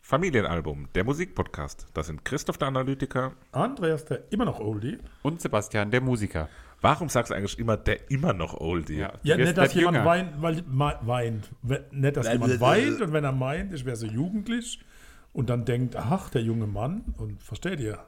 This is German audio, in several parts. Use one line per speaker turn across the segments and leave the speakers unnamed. Familienalbum, der Musikpodcast. Das sind Christoph der Analytiker.
Andreas, der immer noch Oldie.
Und Sebastian, der Musiker.
Warum sagst du eigentlich immer, der immer noch Oldie?
Ja,
jetzt
nicht, dass
bleibt
jemand
jünger.
weint, weil, ma- weint. We- Nicht, dass jemand weint und wenn er meint, ich wäre so jugendlich und dann denkt, ach, der junge Mann und versteht ihr?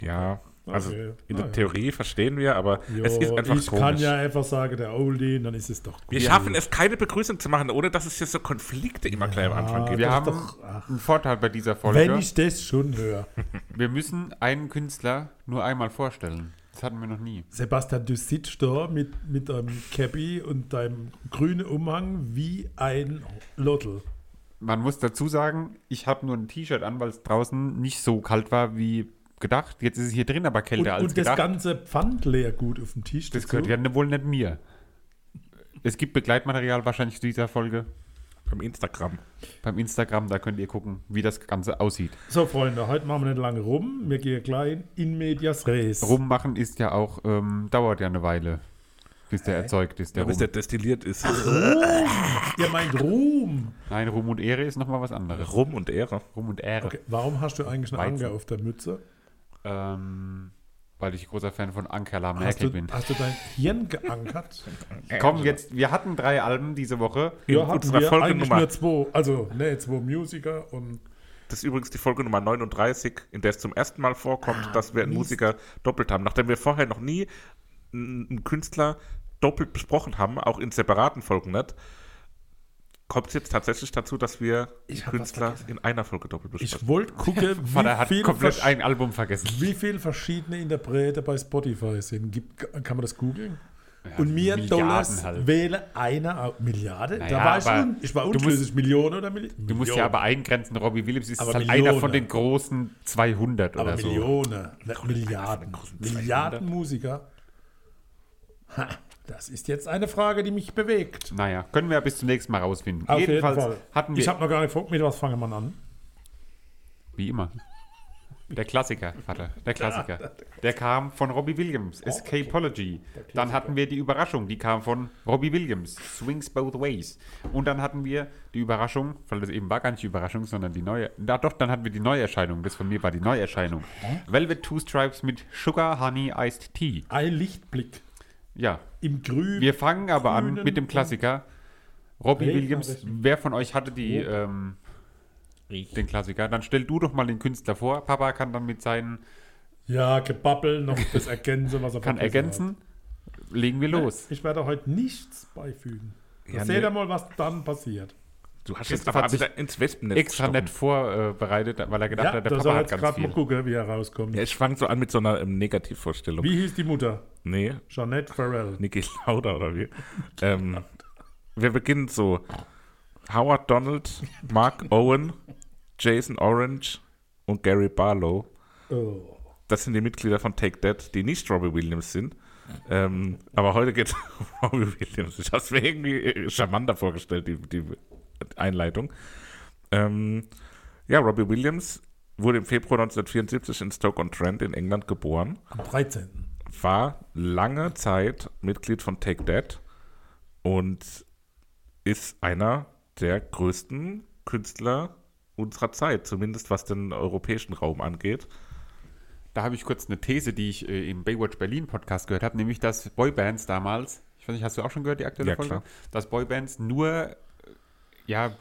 Ja, also
Okay.
in
Ah,
der
ja.
Theorie verstehen wir, aber
Jo,
es ist einfach
ich
komisch.
kann ja einfach sagen, der Oldie, und dann ist es doch gut.
wir schaffen es, keine Begrüßung zu machen, ohne dass es hier so Konflikte immer gleich am Anfang gibt. Also
Wir
Das
haben
ist doch- ach.
einen Vorteil bei dieser
Wenn
Folge.
ich das schon höre.
Wir müssen einen Künstler nur einmal vorstellen. Das hatten wir noch nie.
Sebastian, du sitzt da mit, mit deinem Cappy und deinem grünen Umhang wie ein Lottel.
Man muss dazu sagen, ich habe nur ein T-Shirt an, weil es draußen nicht so kalt war wie gedacht. Jetzt ist es hier drin aber
Und,
kälter als
und das
gedacht.
ganze Pfandleergut auf dem Tisch.
das
dazu.
gehört ja wohl nicht mir. Es gibt Begleitmaterial wahrscheinlich zu dieser Folge
Beim Instagram.
beim Instagram. Da könnt ihr gucken, wie das Ganze aussieht.
So, Freunde, heute machen wir nicht lange rum. Wir gehen klein in medias res.
Rummachen ist ja auch, ähm, dauert ja eine Weile, bis der erzeugt ist. Der
Ja, bis
Rum.
der destilliert ist.
Ihr meint Ruhm.
Nein, Ruhm und Ehre ist nochmal was anderes.
Rum und Ehre.
Ruhm und Ehre.
Okay, warum hast du eigentlich eine
Weizen.
Anker auf der Mütze?
Ähm, weil ich großer Fan von Angela
Hast
Merkel
du, Äh, also
bin.
hast du dein Hirn geankert?
Komm, jetzt, wir hatten drei Alben diese Woche.
In
ja, hatten
unserer
wir
Folge
eigentlich
Nummer-
nur zwei. Also, ne, zwei Musiker und
Das ist übrigens die Folge Nummer 39, in der es zum ersten Mal vorkommt, dass wir einen Musiker doppelt haben. Nachdem wir vorher noch nie n- einen Künstler doppelt besprochen haben, auch in separaten Folgen nicht, kommt es jetzt tatsächlich dazu, dass wir einen
hab was
Künstler in einer Folge doppelt besprechen.
ich wollte gucken,
Vater
wie
hat
viel
komplett
versch-
ein Album vergessen.
Wie viele verschiedene Interprete bei Spotify sind? Gibt, kann man das googeln? und mir
Milliarden
Dollars
halt.
wähle einer au- Milliarde?
Naja,
da war ich,
aber
un, ich war
du musst-
unschlüssig. Millionen oder Milli
Du musst ja aber eingrenzen, Robbie Williams ist
Aber
halt einer
Millionen.
von den großen 200
Aber
oder so.
Millionen, ne, Milliarden, Milliarden Musiker. Ha, das ist jetzt eine Frage, die mich bewegt.
Naja, können wir ja bis zum nächsten Mal rausfinden.
Auf jeden
Jedenfalls
Fall.
hatten wir,
ich habe noch gar nicht gefragt, mit was fangen wir an?
wie immer, der Klassiker, Vater, der Klassiker. Der kam von Robbie Williams, Escapology. Dann hatten wir die Überraschung, die kam von Robbie Williams, Swings Both Ways. Und dann hatten wir die Überraschung, weil das eben war gar nicht die Überraschung, sondern die neue, da doch, dann hatten wir die Neuerscheinung, das von mir war die Neuerscheinung. Velvet Two Stripes mit Sugar Honey Iced Tea.
Ein Lichtblick
Ja,
im Grün.
wir fangen aber an
Grünen
mit dem Klassiker. Robbie
Regen-
Williams, wer von euch hatte die, ähm, den Klassiker? Dann stell du doch mal den Künstler vor. Papa kann dann mit seinen,
ja, gebabbel, noch das ergänzen, was er
kann
vergessen hat.
ergänzen. Legen wir los.
Ich werde heute nichts beifügen.
Ja,
Seht
nee.
ihr mal, was dann passiert.
Du hast
Christoph
jetzt aber
hat sich
wieder ins Wespennetz
Extra
gestochen.
nett vorbereitet, weil er gedacht
Ja,
hat, der
da soll
Papa hat
jetzt
ganz
gerade mal
viel.
gucken, wie er rauskommt.
Ja, ich fang so an mit so einer ähm, Negativvorstellung.
Wie hieß die Mutter?
Nee,
Jeanette Farrell.
Niki Lauda oder wie? ähm, wir beginnen so. Howard Donald, Mark Owen, Jason Orange und Gary Barlow.
Oh.
Das sind die Mitglieder von Take That, die nicht Robbie Williams sind. Ähm, aber heute geht es um Robbie Williams. Ich habe mir irgendwie äh, charmanter vorgestellt, die, die Einleitung. Ähm, ja, Robbie Williams wurde im Februar 1974 in Stoke-on-Trent in England geboren
Am 13.
war lange Zeit Mitglied von Take That und ist einer der größten Künstler unserer Zeit, zumindest was den europäischen Raum angeht.
Da habe ich kurz eine These, die ich äh, im Baywatch Berlin Podcast gehört habe, nämlich dass Boybands damals, ich weiß nicht, hast du auch schon gehört die aktuelle
Ja,
Folge,
klar.
dass Boybands nur äh, ja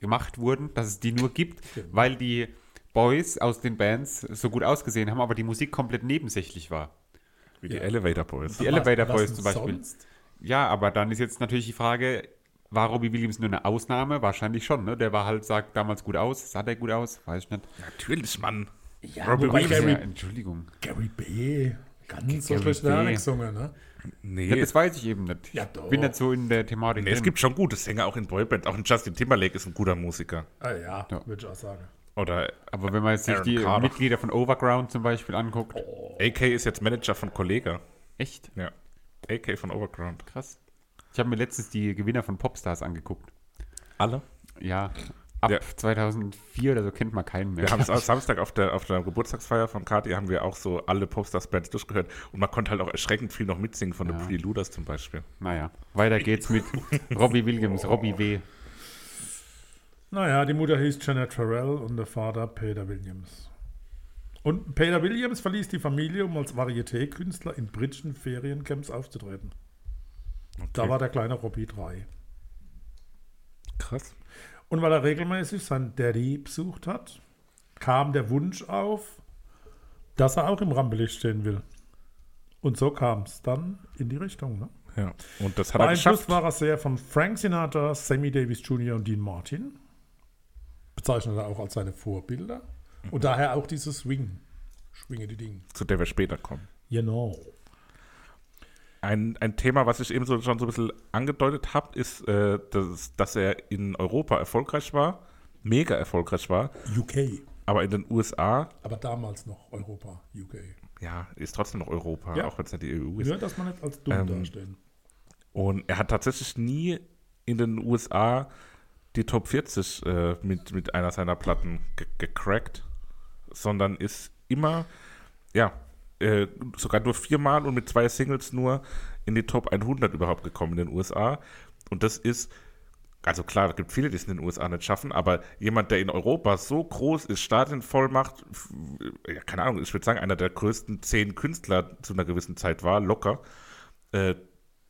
gemacht wurden, dass es die nur gibt,
Genau.
weil die Boys aus den Bands so gut ausgesehen haben, aber die Musik komplett nebensächlich war.
Wie die Elevator Boys.
Die Elevator Boys zum Beispiel. Ja, aber dann ist jetzt natürlich die Frage, war Robbie Williams nur eine Ausnahme? Wahrscheinlich schon, ne? Der war halt, sagt damals gut aus, sah der gut aus, weiß ich nicht.
Natürlich, Mann.
Ja,
Robbie
wobei
Williams.
Gary,
Ja, Entschuldigung.
Gary B. Ganz so
Gary
schlecht
B.
hat er nicht gesungen, ne?
Nee. Ähm.
Ja, das weiß ich eben nicht.
Ja,
ich
doch.
bin nicht so in der Thematik.
nee, es
drin.
gibt schon gute Sänger auch in Boybands. Auch ein Justin Timberlake ist ein guter Musiker.
Ah, ja, würde ich auch sagen.
Oder
Aber wenn man jetzt sich
Aaron
die
Carter.
Mitglieder von Overground zum Beispiel anguckt.
AK ist jetzt Manager von Kollega.
Echt?
Ja. AK von Overground.
Krass. Ich habe mir letztens die Gewinner von Popstars angeguckt.
Alle?
Ja, ab
Ja.
2004 oder so kennt man keinen mehr.
Wir haben es am Samstag auf der, auf der Geburtstagsfeier von Kati haben wir auch so alle Popstars-Bands durchgehört und man konnte halt auch erschreckend viel noch mitsingen von den Preluders zum Beispiel.
Naja, weiter geht's mit Robbie Williams, Robbie W.
Naja, die Mutter hieß Janet Farrell und der Vater Peter Williams. Und Peter Williams verließ die Familie, um als Varieté-Künstler in britischen Feriencamps aufzutreten. Da
Okay.
war der kleine Robbie 3.
Krass.
Und weil er regelmäßig seinen Daddy besucht hat, kam der Wunsch auf, dass er auch im Rampenlicht stehen will. Und so kam es dann in die Richtung. Ne?
Ja. Und das hat er
Beeinflusst
geschafft.
war er sehr von Frank Sinatra, Sammy Davis Jr. und Dean Martin. Bezeichnet er auch als seine Vorbilder. Und daher auch dieses Swing. Schwinge die Dinge.
zu der wir später kommen.
Genau.
Ein, ein Thema, was ich eben so, schon so ein bisschen angedeutet habe, ist, äh, dass, dass er in Europa erfolgreich war, mega erfolgreich war,
UK.
aber in den USA,
Aber damals noch Europa, UK.
ja, ist trotzdem noch Europa,
Ja.
auch wenn es nicht die EU ist.
Ja, dass man nicht als dumm
Ähm,
dastehen.
Und er hat tatsächlich nie in den USA die Top 40 äh, mit, mit einer seiner Platten ge gecrackt, sondern ist immer, ja, äh, sogar nur viermal und mit zwei Singles nur in die Top 100 überhaupt gekommen in den USA. Und das ist, also klar, es gibt viele, die es in den USA nicht schaffen, aber jemand, der in Europa so groß ist, Stadien voll macht, f- ja, keine Ahnung, ich würde sagen, einer der größten zehn Künstler zu einer gewissen Zeit war, locker äh,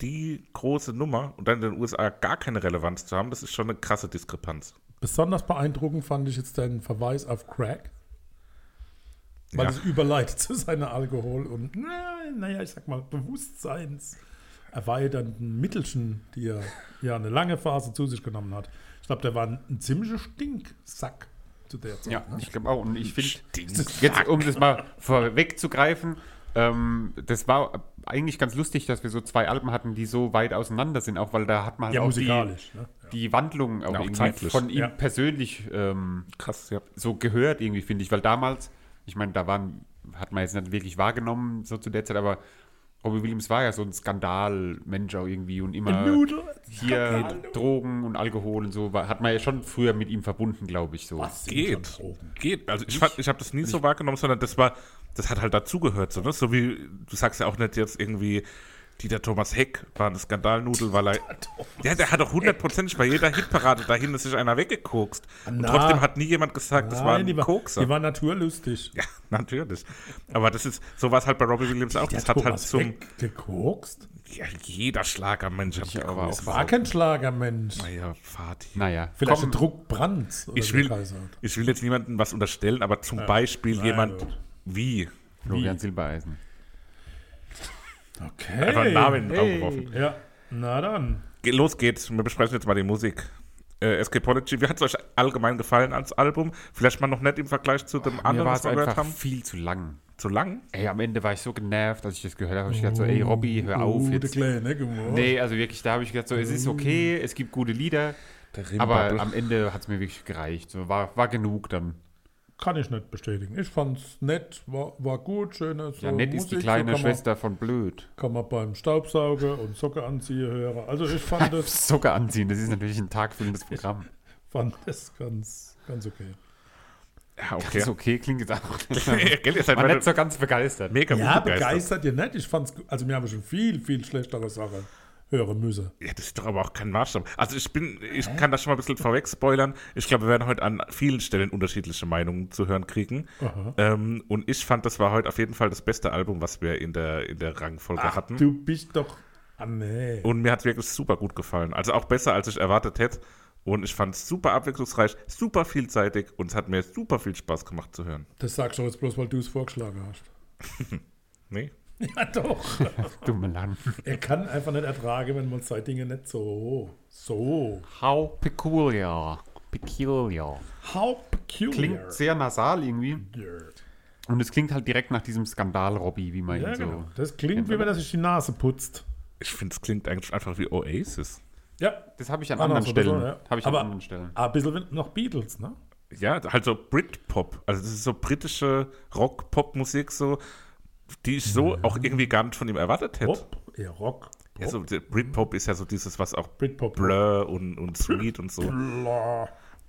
die große Nummer und dann in den USA gar keine Relevanz zu haben, das ist schon eine krasse Diskrepanz.
Besonders beeindruckend fand ich jetzt deinen Verweis auf Crack. Weil
Ja.
es überleitet zu seiner Alkohol- und, na, naja, ich sag mal, bewusstseinserweiternden Mittelchen, die er ja eine lange Phase zu sich genommen hat. Ich glaube, der war ein, ein ziemlicher Stinksack zu der Zeit.
Ja,
ne?
ich glaube auch. Und ich finde,
Stinksack.
jetzt um das mal vorwegzugreifen, ähm, das war eigentlich ganz lustig, dass wir so zwei Alben hatten, die so weit auseinander sind, auch weil da hat man halt
ja
auch die,
musikalisch. ne?
Äh,
die Wandlung auch
Ja, auch
irgendwie
zeitlich.
von ihm
Ja.
persönlich ähm,
Krass, ja.
so gehört irgendwie, finde ich. Weil damals, ich meine, da waren, hat man jetzt nicht wirklich wahrgenommen, so zu der Zeit, aber Robbie Williams war ja so ein Skandalmensch auch irgendwie und immer
Nudel.
hier Drogen und Alkohol und so, war, hat man ja schon früher mit ihm verbunden, glaube ich, so.
Was sind
Geht.
schon Drogen?
Geht. Also ich, fand- ich habe das nie so wahrgenommen, sondern das war, das hat halt dazugehört, so, ne? So wie, du sagst ja auch nicht jetzt irgendwie, Dieter Thomas Heck war eine Skandalnudel, weil er. Ja, der hat doch hundertprozentig bei jeder Hitparade dahin ist sich einer weggekokst. Und
Ah, Na.
trotzdem hat nie jemand gesagt, das war
Nein, die
ein
war,
Kokser.
die war naturlustig.
ja, natürlich. Aber das ist, so war es halt bei Robbie Williams auch. Das hat halt
Thomas
zum.
Heck gekokst.
Ja, jeder Schlagermensch hat
aber
gekokst.
Es war kein Schlagermensch.
Naja, Fatih.
Naja,
Vielleicht
komm,
ein Druck Brands.
ich will, ich will jetzt niemandem was unterstellen, aber zum Beispiel
Nein,
jemand
gut.
wie.
Florian Silbereisen.
Okay.
Einfach einen Namen in den Raum geworfen.
Ja, na dann.
Ge- Los geht's, wir besprechen jetzt mal die Musik. Äh, Escapology, wie hat es euch allgemein gefallen als Album? Vielleicht mal noch nicht im Vergleich zu dem
Mir
anderen,
war
was
es
wir gehört
einfach
haben.
viel zu lang.
Zu lang?
Ey, am Ende war ich so genervt, als ich das gehört habe. Ich dachte so, ey,
Oh,
Robby, hör auf
Gute
jetzt.
Kleine, gemacht.
Nee, also wirklich, da habe ich gedacht so, es ist okay, es gibt gute Lieder, aber am Ende hat es mir wirklich gereicht. So, war, war genug dann.
Kann ich nicht bestätigen. Ich fand's nett, war, war gut, schöne so
Ja, nett ist die
Oh, Musik, so
kleine
kann
Schwester von blöd.
Man, kann man beim Staubsauger und Socke anziehen hören. Also ich fand es
Zucker anziehen, das ist natürlich ein tagfüllendes Programm.
fand es ganz, ganz okay.
ja, okay.
Ist okay, klingt jetzt auch.
Gell, ihr seid
War
beide
nicht so ganz begeistert.
mega
Ja,
begeistert.
begeistert ihr nicht. Ich fand's, gu- also wir haben schon viel, viel schlechtere Sachen hören müssen.
Ja, das ist doch aber auch kein Maßstab. Also ich bin, ich kann das schon mal ein bisschen vorweg spoilern. Ich glaube, wir werden heute an vielen Stellen unterschiedliche Meinungen zu hören kriegen. Ähm, und ich fand, das war heute auf jeden Fall das beste Album, was wir in der, in der Rangfolge
Hm?
hatten.
Du bist doch. Ah, nee.
Und mir hat es wirklich super gut gefallen. Also auch besser, als ich erwartet hätte. Und ich fand es super abwechslungsreich, super vielseitig und es hat mir super viel Spaß gemacht zu hören.
Das sagst du jetzt bloß, weil du es vorgeschlagen hast.
Nee?
Ja, doch.
Dumme Land.
Er kann einfach nicht ertragen, wenn man zwei Dinge nicht so, so.
How peculiar. Peculiar.
How peculiar.
Klingt sehr nasal irgendwie. Und es klingt halt direkt nach diesem Skandal, Robby, wie man
Ja,
ihn so.
genau. Das klingt, wie wenn er sich die Nase putzt.
Ich finde, es klingt eigentlich einfach wie Oasis.
Ja.
Das habe ich an
Ah, noch
anderen
so ein
Stellen.
bisschen, ja.
Habe ich
Aber-
an anderen Stellen.
Ah, ein bisschen wie noch Beatles, ne?
Ja, halt so Britpop. Also das ist so britische Rock-Pop-Musik so, die ich so auch irgendwie gar nicht von ihm erwartet hätte.
Mhm. Pop, eher Rock. Pop.
Ja, so, der Britpop ist ja so dieses, was auch
Britpop.
Blur und, und Sweet und so.
Bla.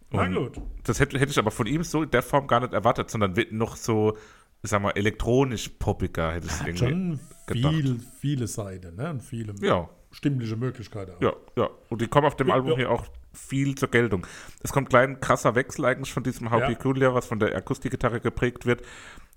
Na
Und
gut.
Das hätte, hätte ich aber von ihm so in der Form gar nicht erwartet, sondern wird noch so, ich sag mal, elektronisch poppiger hätte ich es irgendwie.
Schon
gedacht.
viel, viele Seiten, ne? Und viele
Ja,
stimmliche Möglichkeiten. auch.
ja, ja. Und die kommen auf dem Album
ja.
hier auch viel zur Geltung. Es kommt gleich ein krasser Wechsel eigentlich von diesem How
Ja.
Peculiar, was von der Akustikgitarre geprägt wird.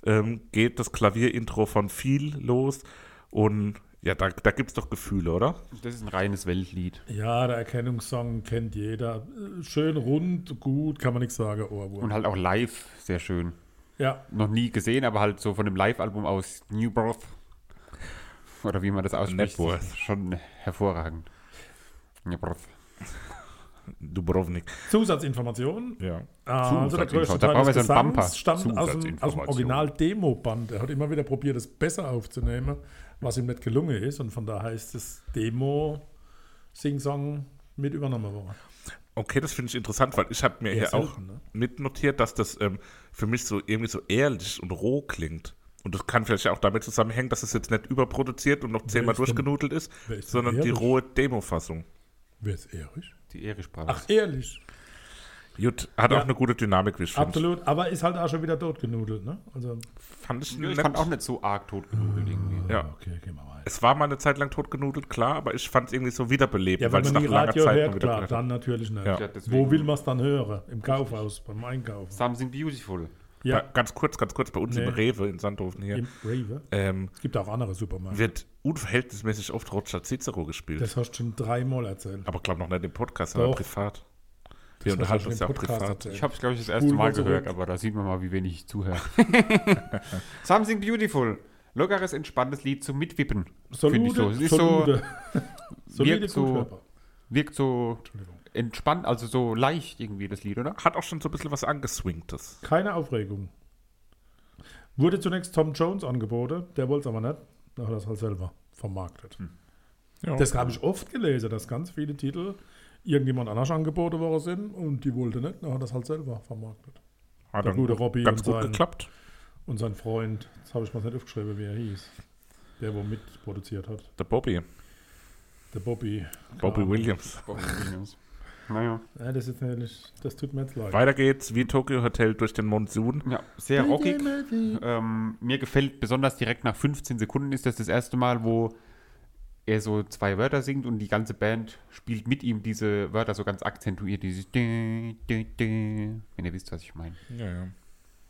Ähm, geht das Klavierintro von viel los und ja, da, da gibt es doch Gefühle, oder?
Das ist ein reines Weltlied.
Ja, der Erkennungssong kennt jeder. Äh, Schön rund, gut, kann man nichts sagen. Ohrwurm.
Und halt auch live sehr schön.
ja,
Noch nie gesehen, aber halt so von dem Live-Album aus New Birth. Oder wie man das ausspricht.
Nebworth.
ist Schon hervorragend. New Birth.
Dubrovnik.
Zusatzinformationen.
Ja.
Ah, Also der größte
Da
Teil
brauchen
des
wir so einen
Gesangs
Bumper.
stammt aus dem, aus dem
Zusatzinformationen.
Original-Demo-Band. Er hat immer wieder probiert, es besser aufzunehmen, was ihm nicht gelungen ist. Und von daher heißt das Demo-Sing-Song mit übernommen worden.
Okay, das finde ich interessant, weil ich habe mir
Eher
hier auch
selten, ne?
mitnotiert, dass das ähm, für mich so irgendwie so ehrlich und roh klingt. Und das kann vielleicht auch damit zusammenhängen, dass es jetzt nicht überproduziert und noch zehnmal
ist denn-
durchgenudelt ist,
wer ist denn
sondern die
ehrlich?
rohe Demo-Fassung.
Wer ist ehrlich?
Die Erich Brothers.
Ach, ehrlich.
Jut, hat
Ja.
auch eine gute Dynamik, wie ich finde.
Absolut. Aber ist halt auch schon wieder totgenudelt, ne? Also,
Fand ich,
Ich
nett.
fand auch ne- nicht so arg totgenudelt irgendwie.
Ja.
okay, gehen wir weiter.
Es war mal eine Zeit lang totgenudelt, klar, aber ich fand es irgendwie so wiederbelebend,
Ja,
weil
wenn
es
man
nach
nie
langer
Radio
Zeit mal
hört,
wieder
klar,
gehört habe.
dann natürlich nicht.
Ja.
Wo
Ja, deswegen-
will man es dann hören? Im Kaufhaus, beim Einkaufen.
Something Beautiful.
Ja.
Ja,
Ganz kurz, ganz kurz, bei uns
Nee.
im Rewe in Sandhofen hier
im Rewe.
ähm,
Es gibt auch andere Supermärkte.
wird unverhältnismäßig oft Roger Cicero gespielt.
Das hast du schon dreimal erzählt.
aber glaube noch nicht im Podcast, sondern
Doch.
privat. Wir
Das hast
unterhalten
du
uns
schon
ja
im
auch
Podcast
privat.
erzählt.
Ich habe es, glaube ich, das erste
Spul mal
Mal
zurück.
gehört, aber da sieht man mal, wie wenig ich zuhöre. Something Beautiful. Lockeres, entspanntes Lied zum Mitwippen. Finde ich so. Es ist so,
solide, solide
wirkt so-
Zuhörer.
wirkt so entspannt, also so leicht irgendwie das Lied, oder?
Hat auch schon so ein bisschen was angeswingtes.
Keine Aufregung. Wurde zunächst Tom Jones angeboten, der wollte es aber nicht. Da hat er es halt selber vermarktet.
Ja.
Das habe ich oft gelesen, dass ganz viele Titel irgendjemand anders angeboten worden sind und die wollte nicht, dann hat er es halt selber vermarktet.
Hat
Der
dann
gute Robby
ganz
und
gut
sein-
geklappt.
Und sein Freund, jetzt habe ich mal nicht aufgeschrieben, wie er hieß, der wo mitproduziert hat,
Der Bobby,
der Bobby.
Bobby
Ja.
Williams.
naja.
Ja, das ist natürlich, das tut mir jetzt leid.
Weiter geht's wie Tokyo Hotel durch den Monsun.
Ja, sehr rockig. Ähm, mir gefällt besonders direkt nach 15 Sekunden ist das das erste Mal, wo er so zwei Wörter singt und die ganze Band spielt mit ihm diese Wörter so ganz akzentuiert. Dieses dü, dü, dü, wenn ihr wisst, was ich meine.
Ja, ja.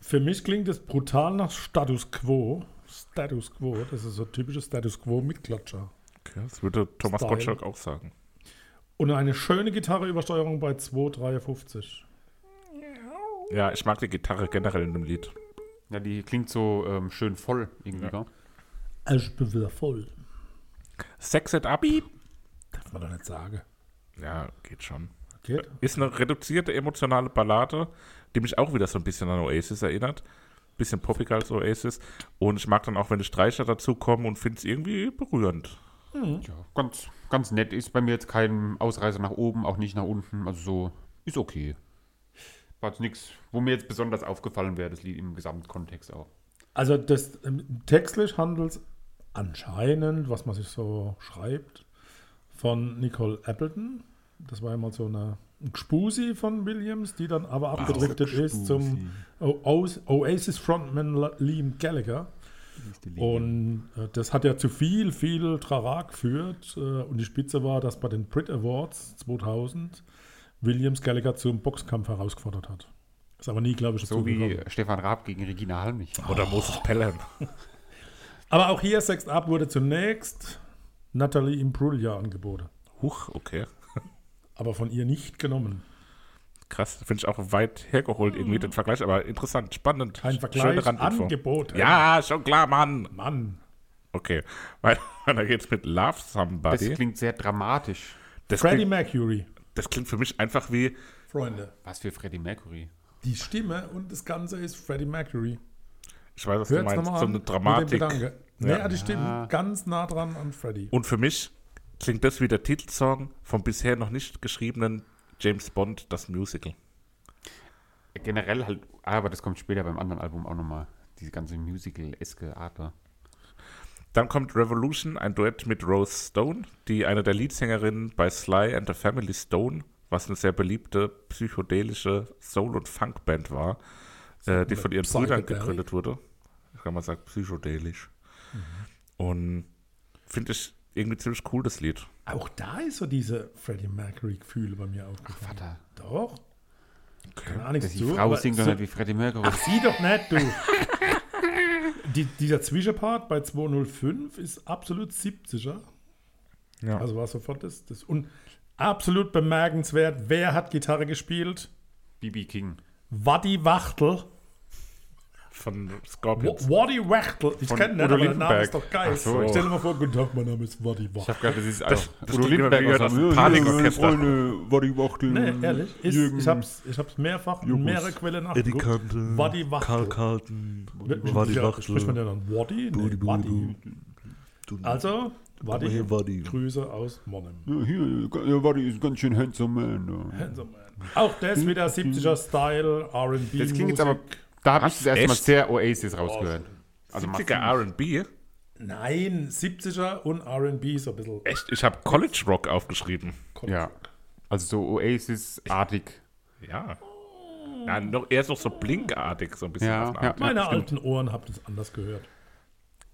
Für mich klingt es brutal nach Status Quo. Status Quo, das ist so typisches Status Quo mit Klatscher.
Okay, das würde Thomas
Style.
Gottschalk auch sagen.
Und eine schöne Gitarreübersteuerung bei 2,53.
Ja, ich mag die Gitarre generell in dem Lied.
Ja, die klingt so ähm, schön voll irgendwie. gell?
Also Ich bin wieder voll.
Sex It Up.
Darf man doch nicht sagen.
Ja, geht schon.
Geht?
Ist eine reduzierte emotionale Ballade, die mich auch wieder so ein bisschen an Oasis erinnert. Bisschen poppiger als Oasis. Und ich mag dann auch, wenn die Streicher dazukommen und finde es irgendwie berührend.
Ja, ganz, ganz nett. Ist bei mir jetzt kein Ausreißer nach oben, auch nicht nach unten. Also so, ist okay. War jetzt nichts, wo mir jetzt besonders aufgefallen wäre, das Lied im Gesamtkontext auch.
Also das ähm, textlich handelt es anscheinend, was man sich so schreibt, von Nicole Appleton. Das war ja mal so eine ein Gspusi von Williams, die dann aber abgedriftet ist zum O- Oas- Oasis-Frontman La- Liam Gallagher. Und äh, das hat ja zu viel, viel Trara geführt. Äh, und die Spitze war, dass bei den Brit Awards 2000 Williams Gallagher zum Boxkampf herausgefordert hat. Ist aber nie, glaube ich, dazu
So wie
gekommen.
Stefan Raab gegen Regina Halmich.
Oder Moses Pelham.
Aber auch hier Sex Up wurde zunächst Natalie Imbruglia angeboten.
Huch, okay.
Aber von ihr nicht genommen.
Krass, finde ich auch weit hergeholt irgendwie den Vergleich, aber interessant, spannend.
Kein
Schöne
Vergleich,
Randinfo.
Angebot.
Ja, schon klar, Mann.
Mann.
Okay, weiter weiter geht's mit Love
Das
Somebody.
klingt sehr dramatisch.
Das
Freddie
klingt,
Mercury.
das klingt für mich einfach wie,
Freunde.
Was für Freddie Mercury.
Die Stimme und das Ganze ist Freddie Mercury.
ich weiß, was du
Hört es
meinst,
nochmal
so
an.
eine
mit dem
Dramatik.
Gedanke.
Ja.
Naja, die Stimmen ganz nah dran an Freddie.
Und für mich klingt das wie der Titelsong vom bisher noch nicht geschriebenen James Bond, das Musical.
Generell halt, aber das kommt später beim anderen Album auch nochmal. Diese ganze Musical-eske Art da.
Dann kommt Revolution, ein Duett mit Rose Stone, die eine der Leadsängerinnen bei Sly and the Family Stone, was eine sehr beliebte psychedelische Soul- und Funkband war, äh, die von ihren Brüdern
Psychedelic. Mhm.
gegründet wurde. Ich kann mal sagen, psychedelisch. Und finde ich irgendwie ziemlich cool, das Lied.
Auch da ist so diese Freddie Mercury-Gefühle bei mir aufgefallen.
Vater.
Doch. Keine Ahnung,
Dass die
so,
Frau
aber
singt doch
so-
nicht wie Freddie Mercury.
Ach, sieh doch nicht, du. Die, dieser Zwischenpart bei 205 ist absolut 70er.
Ja.
Also war sofort das, das. Und absolut bemerkenswert, wer hat Gitarre gespielt?
BB King.
Waddy Wachtel.
Von
Wa-
Scorpions.
Waddy Wachtel. Ich
Von
kenne den,
Udo
aber der Name
Lindenberg.
ist doch geil.
Ach so.
Stell dir mal vor, guten Tag, mein Name ist Waddy
Ich
Wachtel.
habe gehört, das ist also,
das klingt immer wieder
aus
wie
dem
das Panikorchester.
Freunde, war die Wachtel.
Nee, ehrlich. Ist,
Jürgen.
ich hab's, ich hab's mehrfach in
Jürgens.
mehrere Quellen nachgeguckt. Waddy Wachtel.
Karl Carlton,
Waddy
Wadi
Wachtel. Spricht man
Wachtel.
denn dann Waddy?
Budi,
Nee,
Budi,
Waddy.
Budi.
Also,
Aber
Waddy.
hier war die.
Grüße aus Monnem.
Ja, hier, der Wadi ist ganz schön handsome man. ja.
Auch das wieder 70er Style, RB.
Das klingt jetzt aber, da habe ich das erste Mal
Echt?
sehr Oasis rausgehört. Also
70er
massiv.
RB.
Nein, 70er und RB so ein bisschen.
Echt? Ich habe College Rock aufgeschrieben.
Ja, also so Oasis-artig.
Ja. Na, noch, eher so, so blinkartig, so ein bisschen.
Ja,
auf eine Art.
ja.
Meine
stimmt.
alten Ohren habt es anders gehört.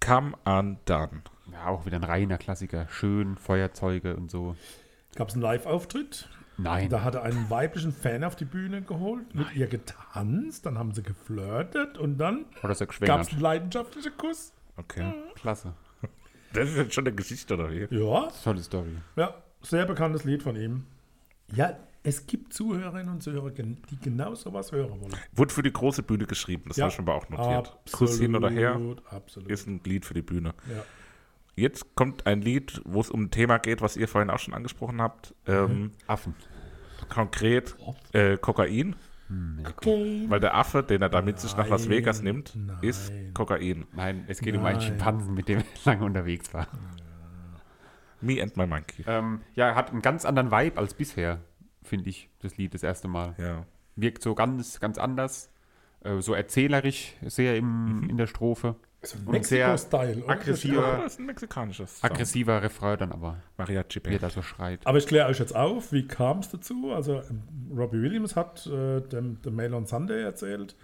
Come undone.
Ja, auch wieder ein reiner Klassiker. Schön, Feuerzeuge und so.
Gab es einen Live-Auftritt?
Nein.
Da hat er einen weiblichen Fan auf die Bühne geholt, mit ihr getanzt, dann haben sie geflirtet und dann
Oder so
gab es
geschwängert.
einen leidenschaftlichen Kuss.
Okay.
Klasse.
Das ist jetzt schon eine Geschichte, oder wie?
Ja,
Tolle Story.
ja, sehr bekanntes Lied von ihm. Ja, es gibt Zuhörerinnen und Zuhörer, gen- die genau sowas hören wollen.
Wurde für die große Bühne geschrieben, das
Ja,
habe ich mir auch notiert. Kuss hin oder her
Absolut, absolut.
ist ein Lied für die Bühne.
ja.
Jetzt kommt ein Lied, wo es um ein Thema geht, was ihr vorhin auch schon angesprochen habt. Ähm,
Affen.
Konkret äh, Kokain, weil der Affe, den er da mit sich nach Las Vegas nimmt, ist Kokain.
Nein, es geht um einen Schimpansen, mit dem er lange unterwegs war.
Me and my monkey.
Ähm, ja, hat einen ganz anderen Vibe als bisher, finde ich, das Lied das erste Mal.
Ja.
Wirkt so ganz, ganz anders. Äh, so erzählerisch sehr im, in der Strophe. Und sehr
Mexiko-Style. oder?
aggressiver-
das ist ein mexikanisches.
Ah,
Song.
aggressiver Refrain dann aber,
Mariachi
wie er
Band.
da so schreit.
Aber ich kläre euch jetzt auf, wie kam es dazu? Also ähm, Robbie Williams hat äh, dem, dem Mail on Sunday erzählt,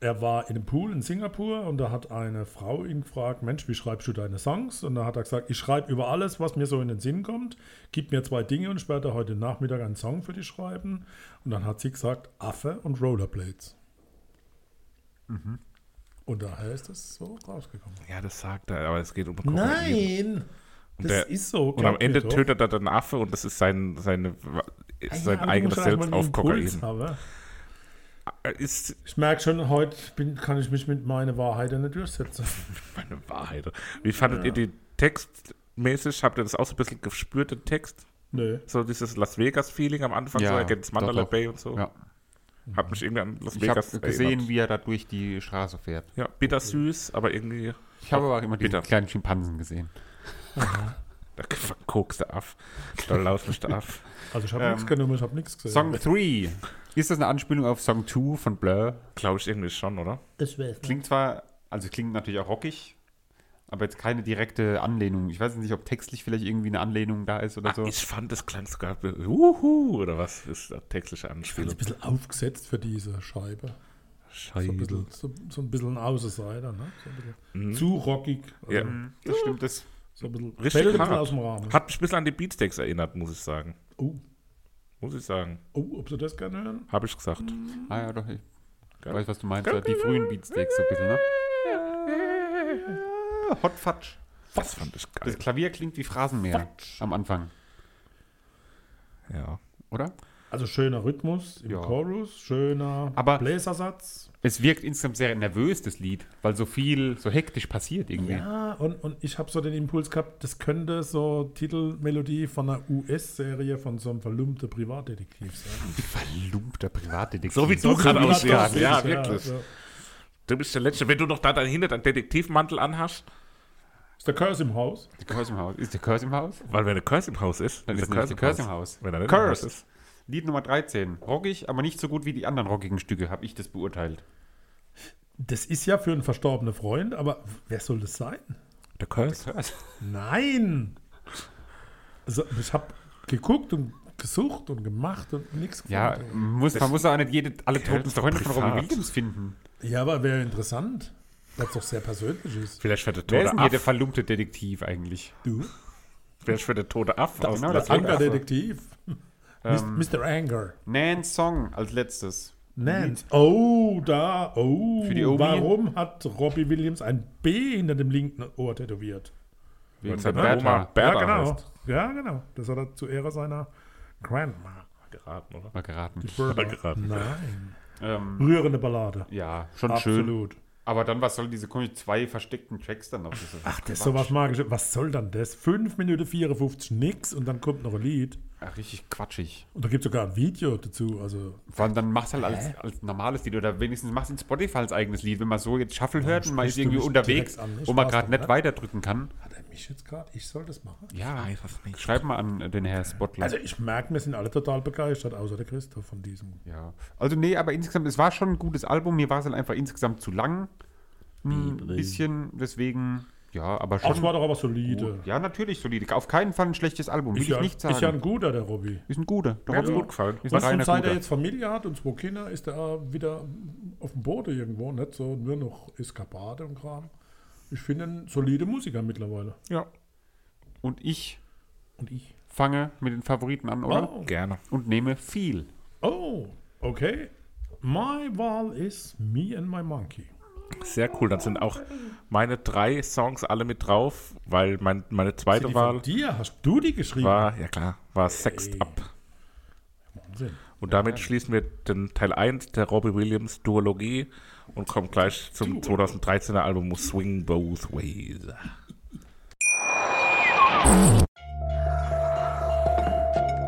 er war in einem Pool in Singapur und da hat eine Frau ihn gefragt, Mensch, wie schreibst du deine Songs? Und da hat er gesagt, ich schreibe über alles, was mir so in den Sinn kommt. Gib mir zwei Dinge und ich werde heute Nachmittag einen Song für dich schreiben. Und dann hat sie gesagt, Affe und Rollerblades.
Mhm.
Und daher ist das so rausgekommen.
Ja, das sagt er, aber es geht um Kokain.
Nein! Das
der-
ist so.
Und am Ende tötet er den Affe und das ist sein, seine,
Ah
ist sein eigenes Selbst auf Kokain.
Haben.
Ist
Ich merke schon, heute bin, kann ich mich mit meiner Wahrheit nicht durchsetzen.
meine Wahrheit. Wie fandet ihr die textmäßig? Habt ihr das auch so ein bisschen gespürt, den Text?
Nö.
So dieses Las Vegas-Feeling am Anfang, so erkennt Mandalay
doch, doch.
Bay und so.
Ja.
Hat mich irgendwie an Las
Ich habe
Vegas
gesehen,
erinnert.
wie er da durch die Straße fährt.
Ja, bittersüß, aber irgendwie.
Ich habe aber auch immer diese
bitter.
kleinen Schimpansen gesehen.
Da verkokst der Aff. Da lauscht mich der Aff.
Also ich
Ähm,
habe nichts genommen, ich habe nichts gesehen.
Song 3. Ist das eine Anspielung auf Song 2 von Blur?
Glaube ich irgendwie schon, oder?
das wär's.
Klingt zwar, also klingt natürlich auch rockig, aber jetzt keine direkte Anlehnung. Ich weiß nicht, ob textlich vielleicht irgendwie eine Anlehnung da ist oder
Ah,
so.
Ich fand, das klang sogar. Uhu, oder was? Ist da textliche
Ein
Anspielung.
bisschen aufgesetzt für diese Scheibe. So ein bisschen, so, so ein bisschen ein Außenseiter, ne? So ein bisschen Zu rockig. Also
Mhm. Ja.
das stimmt, das
So ein bisschen
Richtig
fällt ein bisschen
hart.
aus dem Rahmen.
Hat mich ein bisschen an die Beatsteaks erinnert, muss ich sagen.
Oh,
Muss ich sagen.
oh, ob Sie das gerne hören?
Habe ich gesagt.
Ah ja, doch. Ich
Geil.
weiß, was du meinst. Die frühen Beatsteaks so ein bisschen, ne? Hot Fudge.
Das fand ich
Das
geil.
Klavier klingt wie Phrasenmäher am Anfang,
Ja.
oder?
Also schöner Rhythmus im
Ja.
Chorus, schöner
Aber-
Bläsersatz.
Es wirkt insgesamt sehr nervös, das Lied, weil so viel so hektisch passiert irgendwie.
Ja, und, und ich habe so den Impuls gehabt, das könnte so Titelmelodie von einer US-Serie von so einem verlumpten Privatdetektiv sein.
Verlumpter Privatdetektiv.
So wie du gerade
Privat-
aussiehst. Ja,
Ja,
wirklich.
ja.
Du bist der Letzte. Wenn du noch da dahinter deinen Detektivmantel anhast,
Ist der Curse im Haus?
Der Curse im Haus. Ist der Curse im Haus?
weil wenn der Curse im Haus ist,
Dann ist
der
nämlich der Curse im Haus.
Wenn er nicht im Haus
Curse.
ist.
Lied Nummer 13. Rockig, aber nicht so gut wie die anderen rockigen Stücke, habe ich das beurteilt.
Das ist ja für einen verstorbenen Freund, aber wer soll das sein?
Der Curse.
Nein! Also, ich habe geguckt und gesucht und gemacht und nichts
Ja,
gefunden.
muss, man muss auch nicht jede, alle toten
ist doch
Freunde von Robbie
privat.
Williams finden.
Ja, aber wäre interessant, weil es doch sehr persönlich ist.
Vielleicht wird der
Wer ist
Tote
denn hier der
Aff.
verlumpte Detektiv eigentlich?
Du?
Wäre ich für der tote Affe aus
genau,
Las
das-
Vegas.
Anger-Detektiv.
Ähm,
Mr. Anger.
Nan Song als letztes.
Nance. Oh, da. Oh.
Für die Omi.
Warum hat Robbie Williams ein B hinter dem linken Ohr tätowiert?
Wegen
Was
der
hat
Bertha.
Oma? Bertha heißt.
Ja, genau. Das hat er zu Ehre seiner Grandma.
Geraten, oder?
Mal geraten.
Hat er geraten.
Nein.
Ähm,
Rührende Ballade.
ja, schon schön.
Absolut.
Aber dann, was soll diese komischen zwei versteckten Tracks dann noch? Das ist-
Ach, das ist sowas Magisches. Was soll dann das? 5 Minuten 54, nix und dann kommt noch ein Lied.
Ach, richtig quatschig.
Und da gibt es sogar ein Video dazu. Also,
Vor allem dann machst halt als, als normales Lied oder wenigstens machst in Spotify als eigenes Lied. Wenn man so jetzt Shuffle hört und man ist
sprichst du
irgendwie
mich
unterwegs,
direkt an, ne?
wo man
Spaß
gerade
macht,
nicht
ne?
weiterdrücken kann.
hat er mich jetzt gerade? Ich soll das machen?
Ja,
weiß es nicht.
schreib mal an äh, den Herr Spotlight.
Also, ich merke, wir sind alle total begeistert, außer der Christoph von diesem.
Ja, also nee, aber insgesamt, es war schon ein gutes Album. Mir war es dann einfach insgesamt zu lang. Ein bisschen, deswegen, ja, aber schon.
Ach, es war doch aber solide.
ja, natürlich solide. Auf keinen Fall ein schlechtes Album, will
Ist ja,
ich nicht
ist ja ein
sagen.
guter, der Robby. Also,
Ist ein guter. Doch,
Mir hat's
ja.
gut gefallen.
Ist ein
Was und
reiner
seit
guter.
er jetzt Familie hat und zwei Kinder, ist er äh, wieder auf dem Boden irgendwo, nicht so nur noch Eskapade und Kram. Ich finde einen solide Musiker mittlerweile.
Ja,
Und ich
Und ich.
fange mit den Favoriten an, oder?
Oh,
gerne.
Und nehme viel.
oh, okay. My Wahl ist Me and My Monkey.
Sehr cool. Dann sind auch meine drei Songs alle mit drauf, weil mein, meine
Sind
zweite
die
Wahl
von dir hast du die geschrieben?
war, ja klar, war Sext Up.
Wahnsinn.
Und damit schließen wir den Teil 1 der Robbie Williams Duologie und kommen gleich zum 2013er Album Swing Both Ways.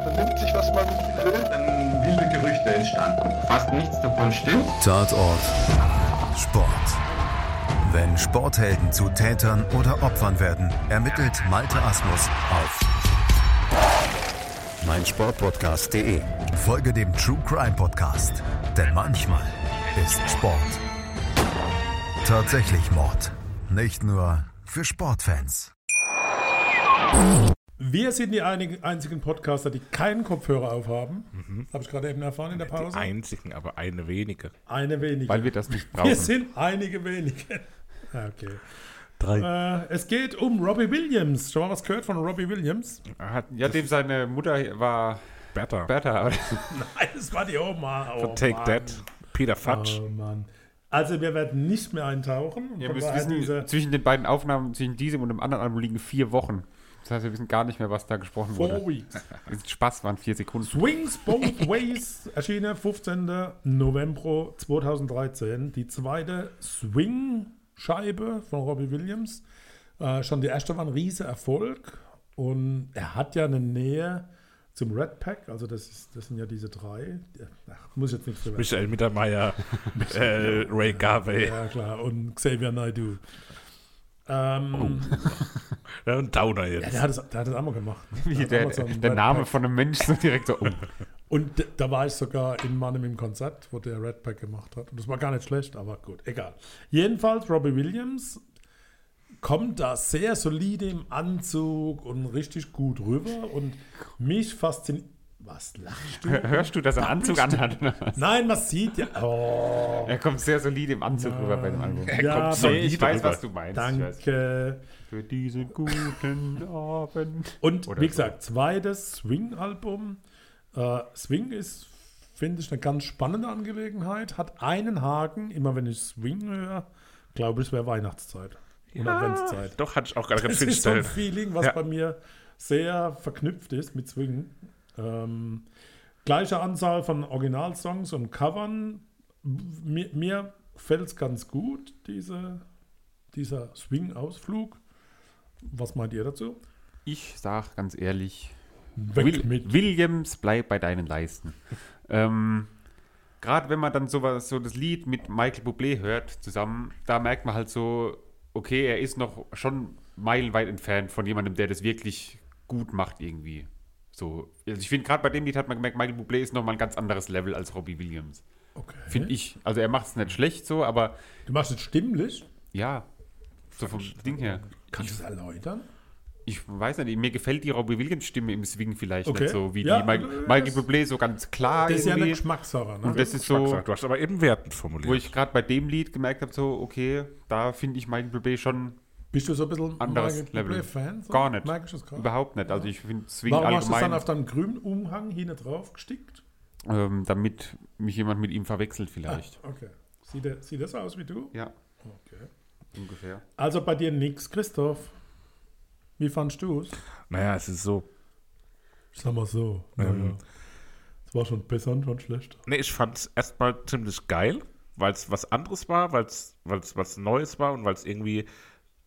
Man nimmt sich, was man will.
dann viele Gerüchte entstanden. Fast nichts davon stimmt.
Tatort Sport. Wenn Sporthelden zu Tätern oder Opfern werden, ermittelt Malte Asmus auf meinsportpodcast.de. Folge dem True Crime Podcast, denn manchmal ist Sport tatsächlich Mord. Nicht nur für Sportfans.
Wir sind die einig- einzigen Podcaster, die keinen Kopfhörer aufhaben.
Mhm.
Habe ich gerade eben erfahren in der
Die
Pause.
einzigen, aber eine wenige.
Eine wenige.
Weil wir das nicht
Wir
brauchen.
sind einige wenige. Ah, Okay. Äh, es geht um Robbie Williams. Schon mal was gehört von Robbie Williams?
Ah,
Ja, dem seine Mutter war
Better.
Bertha. aber-
Nein, das war die Oma. Oh,
Von Take
Mann.
That, Peter Fudge.
Oh Mann. Also wir werden nicht mehr eintauchen. Und
Ihr
von
müsst
daher diese
wissen, zwischen den beiden Aufnahmen, zwischen diesem und dem anderen Album liegen vier Wochen. Das heißt, wir wissen gar nicht mehr, was da gesprochen wurde.
Four Weeks.
Ist Spaß waren vier Sekunden.
Swings Both Ways erschienen 15. November 2013. Die zweite Swing-Scheibe von Robbie Williams. Äh, schon die erste war ein riesen Erfolg. Und er hat ja eine Nähe zum Red Pack. Also das, ist, das sind ja diese drei. Ach, muss ich jetzt nichts drüber
Michael Mittermeier, äh, Ray Garvey
Ja, klar. Und Xavier Naidoo.
Oh.
Ähm,
äh, und Downer jetzt.
der, hat das, der hat das einmal gemacht.
Wie
hat
der,
einmal so einen
der
Red
Name
Pack.
von einem Mensch so direkt so um.
Und d- da war ich sogar in Mannheim im Konzert, wo der Red Pack gemacht hat. Und das war gar nicht schlecht, aber gut, egal. Jedenfalls, Robbie Williams kommt da sehr solide im Anzug und richtig gut rüber. Und mich fasziniert. Was lachst du?
Hörst du, dass er einen Anzug anhat? oder was?
Nein, man sieht ja. Oh.
Er kommt sehr solide im Anzug rüber bei dem Album.
Ja, kommt
nee, ich
solide
weiß,
rüber.
was du meinst. Ich weiß.
Danke.
Für diese guten Abend.
Und
Oder
wie
so.
gesagt, zweites Swing-Album. Äh, Swing ist, finde ich, eine ganz spannende Angelegenheit. Hat einen Haken, immer wenn ich Swing höre, glaube ich, es wäre Weihnachtszeit. Und Adventszeit.
Doch, hatte ich auch gerade ganz
Das
viele
ist so ein
Stellen.
Feeling, was
Ja.
bei mir sehr verknüpft ist mit Swing. Ähm, gleiche Anzahl von Originalsongs und Covern. Mir, mir fällt es ganz gut, diese, dieser Swing-Ausflug. Was meint ihr dazu?
Ich sag ganz ehrlich,
Weg
Will Williams, bleib bei deinen Leisten. ähm, Gerade wenn man dann sowas, so das Lied mit Michael Bublé hört zusammen, da merkt man halt so, okay, er ist noch schon meilenweit entfernt von jemandem, der das wirklich gut macht irgendwie. So, also ich finde gerade bei dem Lied hat man gemerkt, Michael Bublé ist noch mal ein ganz anderes Level als Robbie Williams.
Okay.
Finde ich. Also er macht es nicht schlecht so, aber
Du machst es stimmlich.
ja, so vom Ding her.
Kannst du es erläutern?
Ich weiß nicht, mir gefällt die Robbie Williams-Stimme im Swing vielleicht
Okay.
nicht so, wie
Ja, äh,
die Mike,
das-
Michael Bublé so ganz klar
Das ist ja eine
irgendwie.
Geschmackssache. Ne?
und das ist so,
So. Du hast aber eben wertend
wo
formuliert.
ich gerade bei dem Lied gemerkt habe, so, okay, da finde ich Michael Bublé schon
Bist du so ein bisschen
Anderes Level.
Fan? So?
Gar nicht.
Merke ich das gerade?
Überhaupt nicht. Also ich finde Swing
Warum hast du es dann
allgemein,
auf deinem grünen Umhang hinten drauf gestickt?
ähm, damit mich jemand mit ihm verwechselt vielleicht.
Ah, okay. Sieht, er, sieht das aus wie du?
Ja,
Okay.
ungefähr.
Also bei dir nix, Christoph. Wie fandst du es?
Naja, es ist so.
Ich sag mal so.
Ähm.
naja. Es war schon besser und schon schlechter.
Nee, ich fand es erstmal ziemlich geil, weil es was anderes war, weil es was Neues war und weil es irgendwie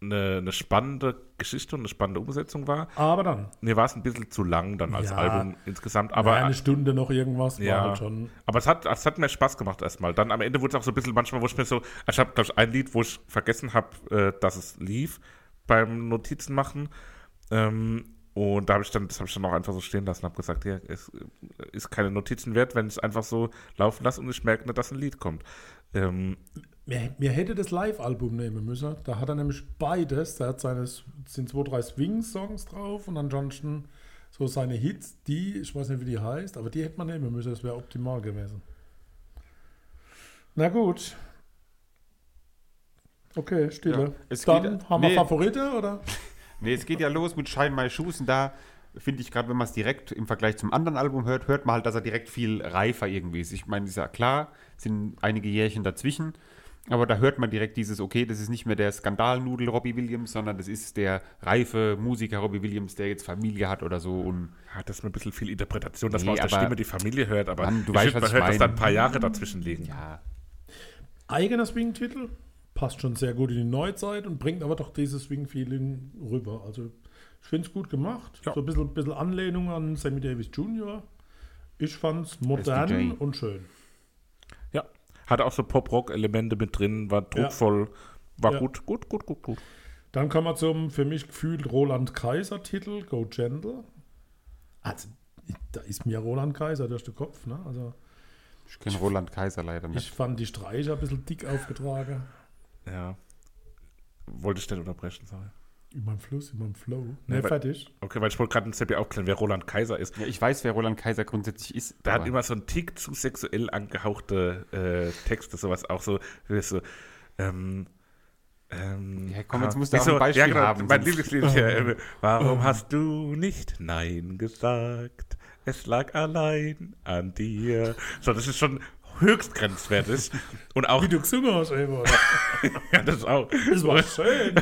eine, eine spannende Geschichte und eine spannende Umsetzung war.
Aber dann,
Mir war es ein bisschen zu lang dann als
Ja.
Album insgesamt, aber. äh,
aber eine Stunde noch irgendwas war halt schon.
Aber es hat, es hat mir Spaß gemacht erstmal. Dann am Ende wurde es auch so ein bisschen manchmal, wo ich mir so, also ich habe, glaube ich, ein Lied, wo ich vergessen habe, äh, dass es lief beim Notizen machen. Ähm, und da habe ich dann, das habe ich dann auch einfach so stehen lassen, habe gesagt, ja, es äh, ist keine Notizen wert, wenn ich es einfach so laufen lasse und ich merke nicht, dass ein Lied kommt. Ähm,
Wir, wir hätte das Live-Album nehmen müssen. Da hat er nämlich beides. Da hat seine, sind zwei, drei Swing-Songs drauf und ansonsten so seine Hits, die, ich weiß nicht, wie die heißt, aber die hätte man nehmen müssen. Das wäre optimal gewesen. Na gut. Okay, Stille.
Ja, es
Dann
geht-
haben wir
nee.
Favorite, oder?
Nee, es geht ja los mit Shine My Shoes und da finde ich gerade, wenn man es direkt im Vergleich zum anderen Album hört, hört man halt, dass er direkt viel reifer irgendwie ist. Ich meine, ist ja klar, sind einige Jährchen dazwischen, aber da hört man direkt dieses, okay, das ist nicht mehr der Skandalnudel Robbie Williams, sondern das ist der reife Musiker Robbie Williams, der jetzt Familie hat oder so und
ja, das ist mir ein bisschen viel Interpretation, dass man
Nee,
aus der
aber-
Stimme die Familie hört, aber
Mann, du
ich
weißt,
find,
was
man
ich
hört, dass da
meine.
ein paar Jahre dazwischen liegen.
ja,
Eigener Swing-Titel. Passt schon sehr gut in die Neuzeit und bringt aber doch dieses Swing-Feeling rüber. Also ich finde es gut gemacht.
Ja.
So ein bisschen, bisschen Anlehnung an Sammy Davis Jr. Ich fand es
SDJ.
modern und schön.
Ja. Hatte auch so Pop-Rock-Elemente mit drin, war druckvoll, war
Ja.
gut, gut, gut, gut, gut.
Dann kommen wir zum für mich gefühlt Roland Kaiser-Titel, Go Gentle. Also, da ist mir Roland Kaiser durch den Kopf. Ne? Also,
ich kenne Roland Kaiser leider nicht.
ich fand die Streicher ein bisschen dick aufgetragen.
Ja. Wollte ich nicht unterbrechen, sorry.
In meinem Fluss, in meinem Flow.
Nee,
Ne,
weil-
fertig.
Okay, weil ich wollte gerade ein Seppi aufklären, wer Roland Kaiser ist.
Ja, ich weiß, wer Roland Kaiser grundsätzlich ist.
Der hat
aber-
immer so einen Tick zu sexuell angehauchte äh, Texte, sowas auch so, wie so ähm, ähm,
Ja, komm, jetzt
ah,
musst du
wie
auch ein Beispiel
ja, genau,
haben,
Mein
sonst-
Lieblingslied ist ja, äh, warum hast du nicht Nein gesagt? Es lag allein an dir. So, das ist schon höchst grenzwertig. Und auch,
Wie du gesungen hast, ey, Mann.
ja, das auch.
Das war schön.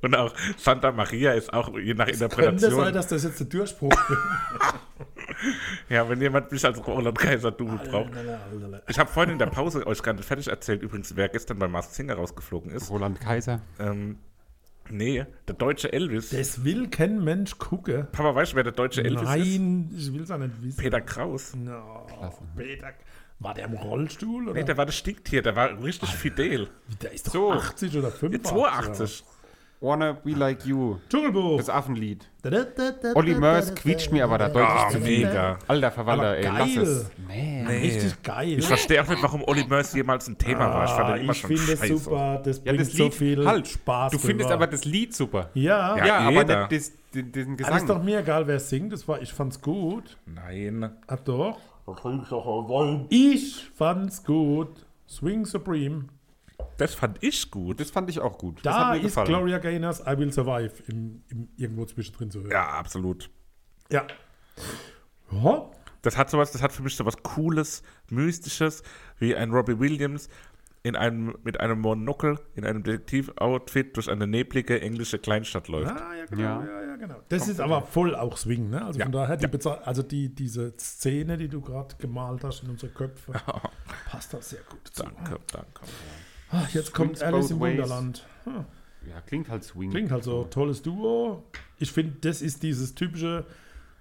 Und auch Santa Maria ist auch je nach
Könnte
Interpretation.
sein, dass das jetzt der Durchbruch wird.
Ja, wenn jemand mich als Roland Kaiser Double braucht. Ich habe vorhin in der Pause euch gar nicht fertig erzählt, übrigens, wer gestern bei Mars Singer rausgeflogen ist.
Roland Kaiser.
Ähm, nee, der deutsche Elvis.
Das will kein Mensch gucken.
Papa, weißt du, wer der deutsche Elvis ist?
Nein, ich will es auch nicht wissen.
Peter Kraus.
No, Peter. War der im Rollstuhl? Oder?
Nee, der war das Stinktier, der war richtig fidel.
der ist doch
So.
80 oder 85.
82.
Wanna Be Like You.
Dschungelbuch.
Das Affenlied.
Da, da, da, da,
Olli
da,
Mörs
da, da,
quietscht mir aber da
Ah,
deutlich zu viel.
mega.
Alter Verwalter,
Aber
ey,
geil.
lass es. Man.
da. Richtig geil.
Ich verstehe auch nicht, warum Olli Murs jemals ein Thema war. Ich fand
Ah,
den immer
ich
schon
finde es
scheiße.
super. Das
Ja,
bringt
das
so
Lied,
viel
halt,
Spaß.
du findest
rüber.
aber das Lied super.
Ja,
Ja,
Ja, aber
jeder.
nicht das, den, den
Ah, das
Gesang.
ist doch mir egal, wer singt. Das war, ich fand's gut.
Nein.
Ah, doch. Ich fand's gut. Swing Supreme.
Das fand ich gut.
das fand ich auch gut. das
Da
hat mir
ist
gefallen.
Gloria Gaynor's I Will Survive im, im, irgendwo zwischendrin zu hören.
ja, absolut.
Ja. ja.
Das hat sowas, das hat für mich sowas Cooles, Mystisches, wie ein Robbie Williams in einem, mit einem Monokel, in einem Detektivoutfit durch eine neblige englische Kleinstadt läuft.
Ah, ja, genau, ja.
Ja.
Ja, genau. Das ist aber voll auch Swing, ne? Also von daher, die Beza- also die, diese Szene, die du gerade gemalt hast in unsere Köpfe, passt da sehr gut zu.
Danke, danke.
Ah, jetzt kommt
Swings
Alice
both
im
ways.
Wunderland. Hm.
Ja, klingt halt swing.
Klingt halt so, tolles Duo. Ich finde, das ist dieses typische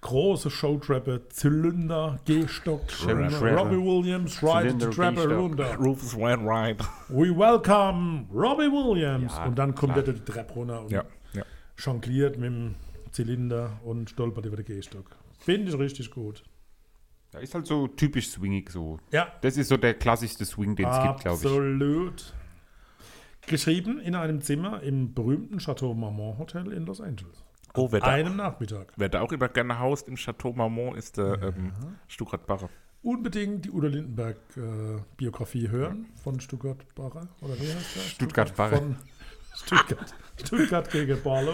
große Showtrappe, Zylinder, Gehstock,
Trappe.
Robbie Williams, Ride the
Zylinder,
Trappe
Gehstock.
runter.
Rufus Wainwright.
We welcome Robbie Williams.
Ja,
und dann kommt
klar.
er die Treppe runter und
Ja, ja.
jongliert mit dem Zylinder und stolpert über den Gehstock. Finde ich richtig gut.
Ja, ist halt so typisch swingig so.
Ja,
Das ist so der klassischste Swing, den es gibt, glaube
absolut. Geschrieben in einem Zimmer im berühmten Chateau Marmont Hotel in Los Angeles.
Oh, wer da,
Einem Nachmittag.
wer da auch immer gerne haust im Chateau Marmont, ist der ähm, Stuttgart Barre.
Unbedingt die Udo Lindenberg äh, Biografie hören von Stuttgart Barre oder wie heißt der?
Stuttgart Barre.
Von Stuttgart. Stuttgart gegen Barlow.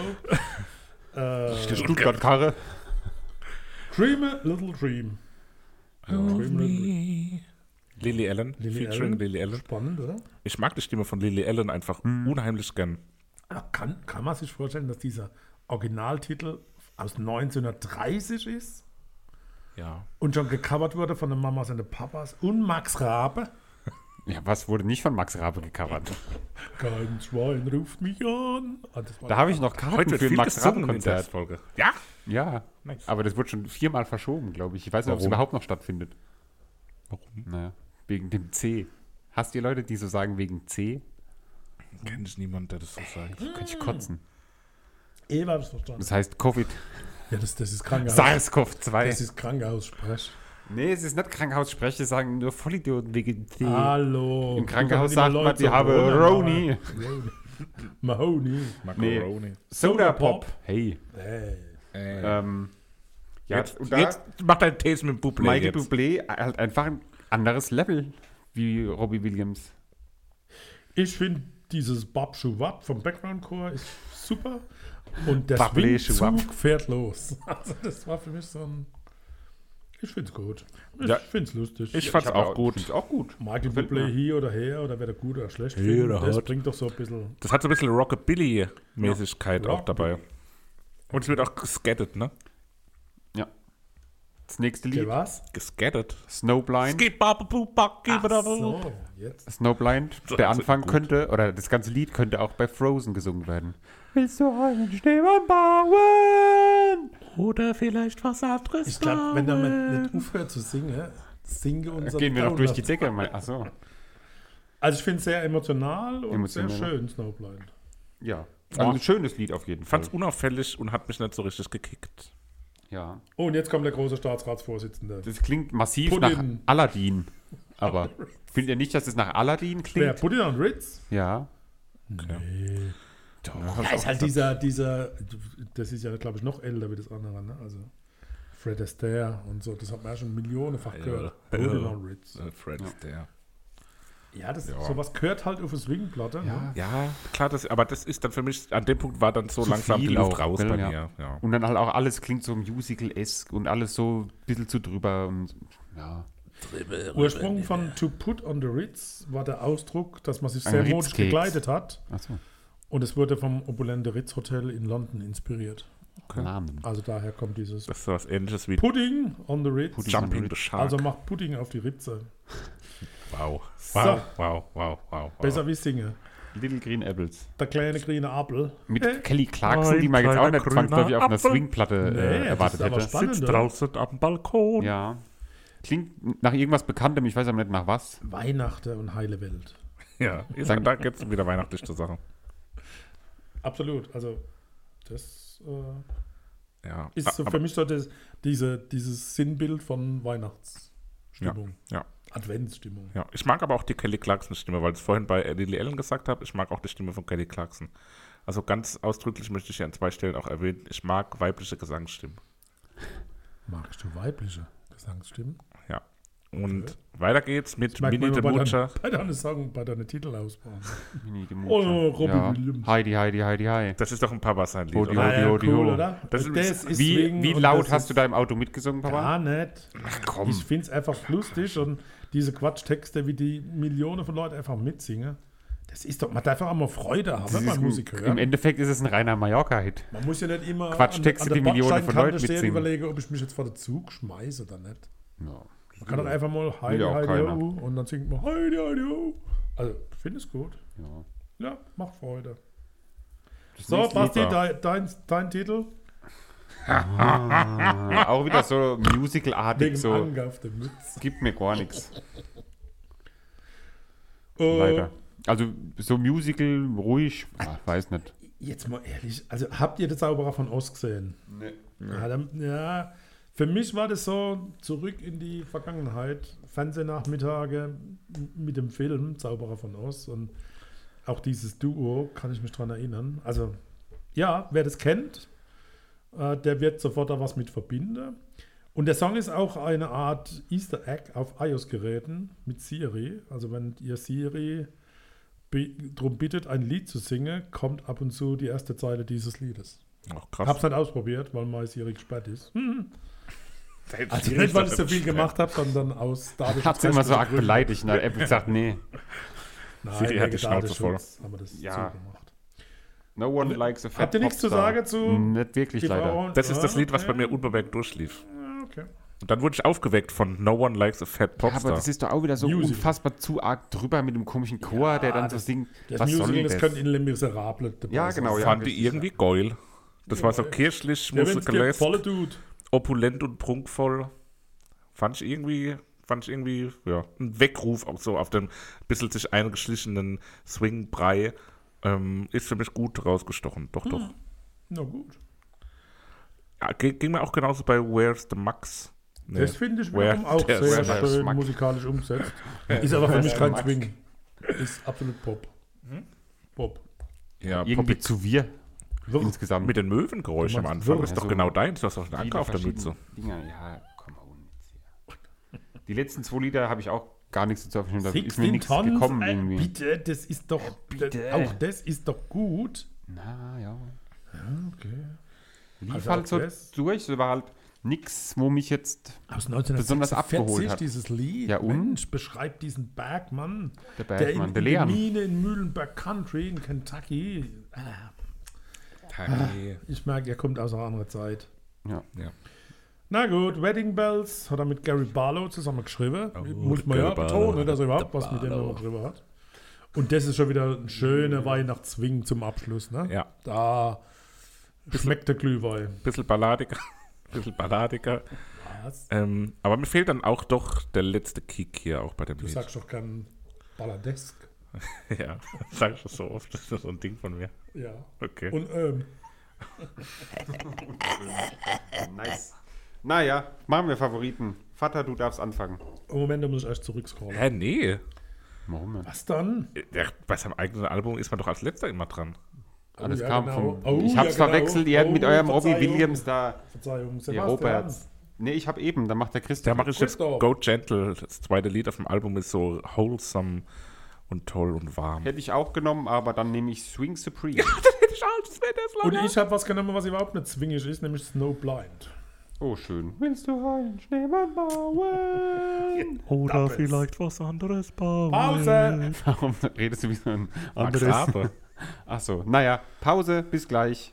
Äh,
Stuttgart-Karre.
Dream a Little Dream. Dream a Little Dream.
Lily Allen,
Lily
featuring
Allen.
Lily Allen.
Spannend, oder?
Ich mag die Stimme von Lily Allen einfach unheimlich gern.
Ja, Kann, kann man sich vorstellen, dass dieser Originaltitel aus 1930 ist
Ja.
und schon gecovert wurde von den Mamas und den Papas und Max Rabe?
Ja, was wurde nicht von Max Rabe gecovert?
Kein Schwein ruft mich an. Ah, das war-
Da habe ich noch Karten für ein Max Rabe
in der
Konzert.
Folge. Ja?
Ja,
Nice.
aber das wurde schon viermal verschoben, glaube ich. Ich weiß nicht, ob es
Warum?
überhaupt noch stattfindet.
Warum?
Naja, wegen dem C. Hast du Leute, die so sagen wegen C?
Kenn ich niemanden, der das so sagt.
Kann ich kotzen.
Eva habe ich eh, verstanden.
Das heißt Covid.
Ja, das, das ist Krankenhaus. Das
SARS-CoV-2.
ist Krankenhaussprech.
Nee, es ist nicht Krankenhausspreche, sagen nur Vollidioten wegen C.
Ah,
Hallo.
Im Krankenhaus
Du kannst
sagt
immer
man, die
Leute
habe Roni.
Roni. Mahoney.
Macaroni.
Soda Pop. Hey.
Hey.
Ähm, ja,
Jetzt,
und da
jetzt mach deinen Test mit dem Bublé
Michael
jetzt.
Bublé halt einfach ein anderes Level wie Robbie Williams.
Ich finde dieses Bob Schuwab vom Background-Chor ist super. Und der
Babble
Swingzug
Schwab.
fährt los. Also das war für mich so ein... Ich finde es gut. Ich
Ja.
finde es lustig.
Ich fand's
hab
auch
ja-
gut.
find's auch gut.
Michael
Gefällt
Bublé
mir.
hier oder her oder wer da gut oder schlecht
Hier
findet,
oder
das
hot.
bringt doch so ein bisschen...
Das hat so ein bisschen Rockabilly-Mäßigkeit
Ja.
auch dabei. Und es wird auch gescattet, ne?
Ja. Das nächste
Okay,
Lied,
was?
Gescattet.
Snowblind.
Skip up, boop, up, give it up.
So, jetzt.
Snowblind,
So,
der
so
Anfang
gut.
könnte, oder das ganze Lied könnte auch bei Frozen gesungen werden. Willst du einen Schneemann bauen?
Oder vielleicht was anderes.
Ich glaube, wenn man nicht aufhört zu singen, singe
Da
unser
gehen wir doch durch die
Download.
Decke. Mein, ach so.
Also ich finde es sehr emotional und
Emotional.
sehr schön, Snowblind.
Ja. Also ein schönes Lied auf jeden Fall.
Fand's unauffällig und hat mich nicht so richtig gekickt.
Ja.
Oh, und jetzt kommt der große Staatsratsvorsitzende.
Das klingt massiv
Pudding.
nach Aladdin. Aber findet ihr nicht, dass es nach Aladdin
Wer?
klingt?
Puddin und Ritz?
Ja.
Ja, ist halt dieser, dieser, das ist ja, glaube ich, noch älter wie das andere, ne? Also Fred Astaire und so, das hat man ja schon millionenfach gehört.
Ja.
Puddin
Ja.
und Ritz.
Fred ist der.
Ja, das, sowas gehört halt auf eine Swingplatte. Ne?
Ja, klar, das, aber das ist dann für mich, an dem Punkt war dann so
Zu
langsam die
viel
Luft
auch,
raus
gell,
bei
ja.
mir. Ja.
Und dann halt auch alles klingt so musical-esque und alles so ein bisschen zu drüber und ja.
Ursprung von To Put on the Ritz war der Ausdruck, dass man sich
Ein
sehr modisch
Ritzkeks.
gekleidet hat.
Achso.
Und es wurde vom opulente Ritz Hotel in London inspiriert.
Namen.
Also daher kommt dieses
Das ist sowas ähnliches wie
Pudding on the Ritz.
Pudding.
Jumping the Shark.
Also macht Pudding auf die Ritze.
wow.
So.
Wow, wow, wow, wow.
Besser wie Singe.
Little Green Apples.
Der kleine grüne Apfel.
Mit
Äh,
Kelly Clarkson, die man jetzt auch
kleiner
nicht zwangsläufig auf einer
grüner Apfel.
Swingplatte
Nee,
äh,
das
erwartet
ist aber
hätte.
spannend.
Sitzt
oder?
draußen am Balkon.
Ja. Klingt nach irgendwas Bekanntem, ich weiß aber nicht nach was.
Weihnachten und heile Welt.
Ja, ist,
Dann-
da geht's wieder weihnachtlich zur Sache.
Absolut. Also das äh,
Ja.
ist
Ah,
so
aber-
für mich so das, diese, dieses Sinnbild von Weihnachtsstimmung.
Ja,
Adventsstimmung.
ja. Ich mag aber auch die Kelly Clarkson-Stimme, weil ich es vorhin bei Lily Allen gesagt habe, ich mag auch die Stimme von Kelly Clarkson. Also ganz ausdrücklich möchte ich hier an zwei Stellen auch erwähnen, ich mag weibliche Gesangsstimmen.
Magst du weibliche Gesangsstimmen?
Ja. Und weiter geht's mit
Merkt
Mini
man
de
immer bei
Mucha.
deinen- bei deinen Song, bei deinen Titelausbauen.
Mini die
Oh,
Mutter.
Robbie
ja.
Williams.
Heidi, Heidi, Heidi, Heidi.
Das ist doch ein Papa sein Lied.
Wo die-
oder?
Audio, Audio.
Das ist-
Wie,
Swing
wie
und
laut
das
hast du
ist-
da im Auto mitgesungen, Papa?
Gar nicht.
komm.
Ich finde es einfach lustig und diese Quatschtexte, wie die Millionen von Leuten einfach mitsingen, das ist doch, man darf auch mal Freude haben, wenn
Das ist
man
ein-
Musik
Im
hört.
Endeffekt ist es ein reiner Mallorca-Hit.
Man muss ja nicht immer
Quatschtexte,
an, an
die
der
Millionen von
Bordsteinkante
Leuten
stehen und
mitsingen.
überlege, ob ich mich jetzt vor den Zug schmeiße oder nicht.
Ja.
Man kann doch einfach mal Heidi,
ja auch
Heidi,
keiner.
oh, und dann singt man Heidi, Heidi, oh. Also, ich finde es gut.
Ja.
Ja, macht Freude.
Das
So,
nächste
Basti,
Lied war-
dein, dein, dein Titel?
Ja, auch
Ah.
wieder so musical-artig,
Wegen
so.
Anger auf der Mütze.
Gibt mir gar nichts.
Äh,
Leider. Also so Musical, ruhig, ah, weiß nicht.
Jetzt mal ehrlich, also habt ihr den Zauberer von Oz gesehen? Nee. Ja, dann, ja, für mich war das so zurück in die Vergangenheit. Fernsehnachmittage mit dem Film Zauberer von Oz und auch dieses Duo kann ich mich dran erinnern. Also, ja, wer das kennt, äh, der wird sofort da was mit verbinden. Und der Song ist auch eine Art Easter Egg auf iOS-Geräten mit Siri. Also, wenn ihr Siri bi- drum bittet, ein Lied zu singen, kommt ab und zu die erste Zeile dieses Liedes.
Ach,
Ich
krass.
hab's nicht ausprobiert, weil mein Siri gesperrt ist. Hm.
Selbst
Also
die
nicht, weil ich
Richter-
so viel gemacht habe, sondern aus dadurch.
Hat sie immer so arg beleidigt. Na, Apple sagt, nee.
Nein,
Siri hat die Schnauze
Datenschutz haben wir das
Ja.
zugemacht.
No one likes a fat
Habt ihr nichts zu
Popstar.
sagen zu
Nicht wirklich,
Die
leider.
Frauen-
Das ist das
Ja,
Lied, was bei
okay.
mir unbemerkt durchlief.
Ja, Okay.
Und dann wurde ich aufgeweckt von No One Likes a Fat
Ja, aber
Popstar.
das ist doch auch wieder so
Musical.
unfassbar zu arg drüber mit dem komischen Chor, der dann so singt.
Das
was soll
Musical, das
das?
könnte in Les Miserables dabei
Ja,
sein.
genau, ja.
fand die irgendwie geil. Das war so kirchlich,
Der Vince Gill,
musikalisch,
volle Dude.
opulent und prunkvoll. Fand ich irgendwie, fand ich irgendwie, ja, ein Weckruf auch so auf dem bisschen sich eingeschlichenen Swing-Brei. Ähm, ist für mich gut rausgestochen. Doch,
Hm.
doch.
Na gut.
Ja, ging, ging mir auch genauso bei Where's the Max. Nee.
Das finde ich
Where-
wiederum auch
der-
sehr
where-
schön
Max.
musikalisch umgesetzt. Ist aber für mich kein
Max.
Swing. Ist absolut Pop. Pop.
ja,
Irgendwie
Poppy-
zu wir insgesamt.
mit den Möwengeräusch
Du
am
meinst
Anfang.
Wirr.
ist doch
Ja, so
genau deins. Du hast doch einen
Viele
Anker auf der Mütze.
verschiedene Dinger. Ja, komm mal unten jetzt hier. Die letzten zwei Lieder habe ich auch gar nichts dazu aufgeschrieben. Da ist mir nichts gekommen
ey,
irgendwie.
bitte, das ist doch,
bitte.
Das, auch das ist doch gut.
Na ja.
Okay.
Lief
Also
halt
auch
so
das?
durch. Es war halt nichts, wo mich jetzt
Aus
Besonders abgeholt hat.
dieses Lied.
Ja, und?
Mensch, beschreibt diesen Bergmann,
der Bergmann, der
in, in der
Leon.
Mine in Mühlenberg Country in Kentucky. Ah, Ich merke, er kommt aus einer anderen Zeit.
Ja.
Na gut, Wedding Bells hat er mit Gary Barlow zusammen geschrieben. Muss man
Gary
ja
Barlow.
betonen, dass er überhaupt was mit dem nochmal drüber hat. Und das ist schon wieder ein schöner Weihnachtszwing zum Abschluss, ne?
Ja.
Da schmeckt der Glühwein.
Bisschen balladiger. Bisschen balladiger.
Was?
Ähm, aber mir fehlt dann auch doch der letzte Kick hier auch bei dem
Du
Lied.
sagst doch gern Balladesk.
Ja, das sag ich das so oft. Das ist so ein Ding von mir.
Ja.
Okay.
Und ähm,
Nice. Naja, machen wir Favoriten. Vater, du darfst anfangen.
im Moment da muss ich erst zurückscrollen.
Hä, nee.
Warum denn?
Was dann?
Ja, bei seinem eigenen Album ist man doch als letzter immer dran.
Ah, das
ja,
kam
genau.
vom.
Oh,
ich hab's
ja, genau.
verwechselt, ihr
Oh,
mit eurem Robbie
Verzeihung.
Williams da.
Verzeihung,
Die
Sebastian.
Europa. Nee, ich hab eben, da macht der
Da
Christoph.
mache ich jetzt
Christoph.
Go Gentle. Das zweite Lied auf dem Album ist so wholesome und toll und warm.
Hätte ich auch genommen, aber dann nehme ich Swing Supreme.
Und ich habe was genommen, was überhaupt nicht zwingig ist, nämlich Snowblind.
Oh, schön. Willst du einen Schneemann bauen?
Oder vielleicht was anderes bauen.
Pause!
Warum redest du wie so ein
Max
anderes?
Rabe.
Ach so, naja, Pause, bis gleich.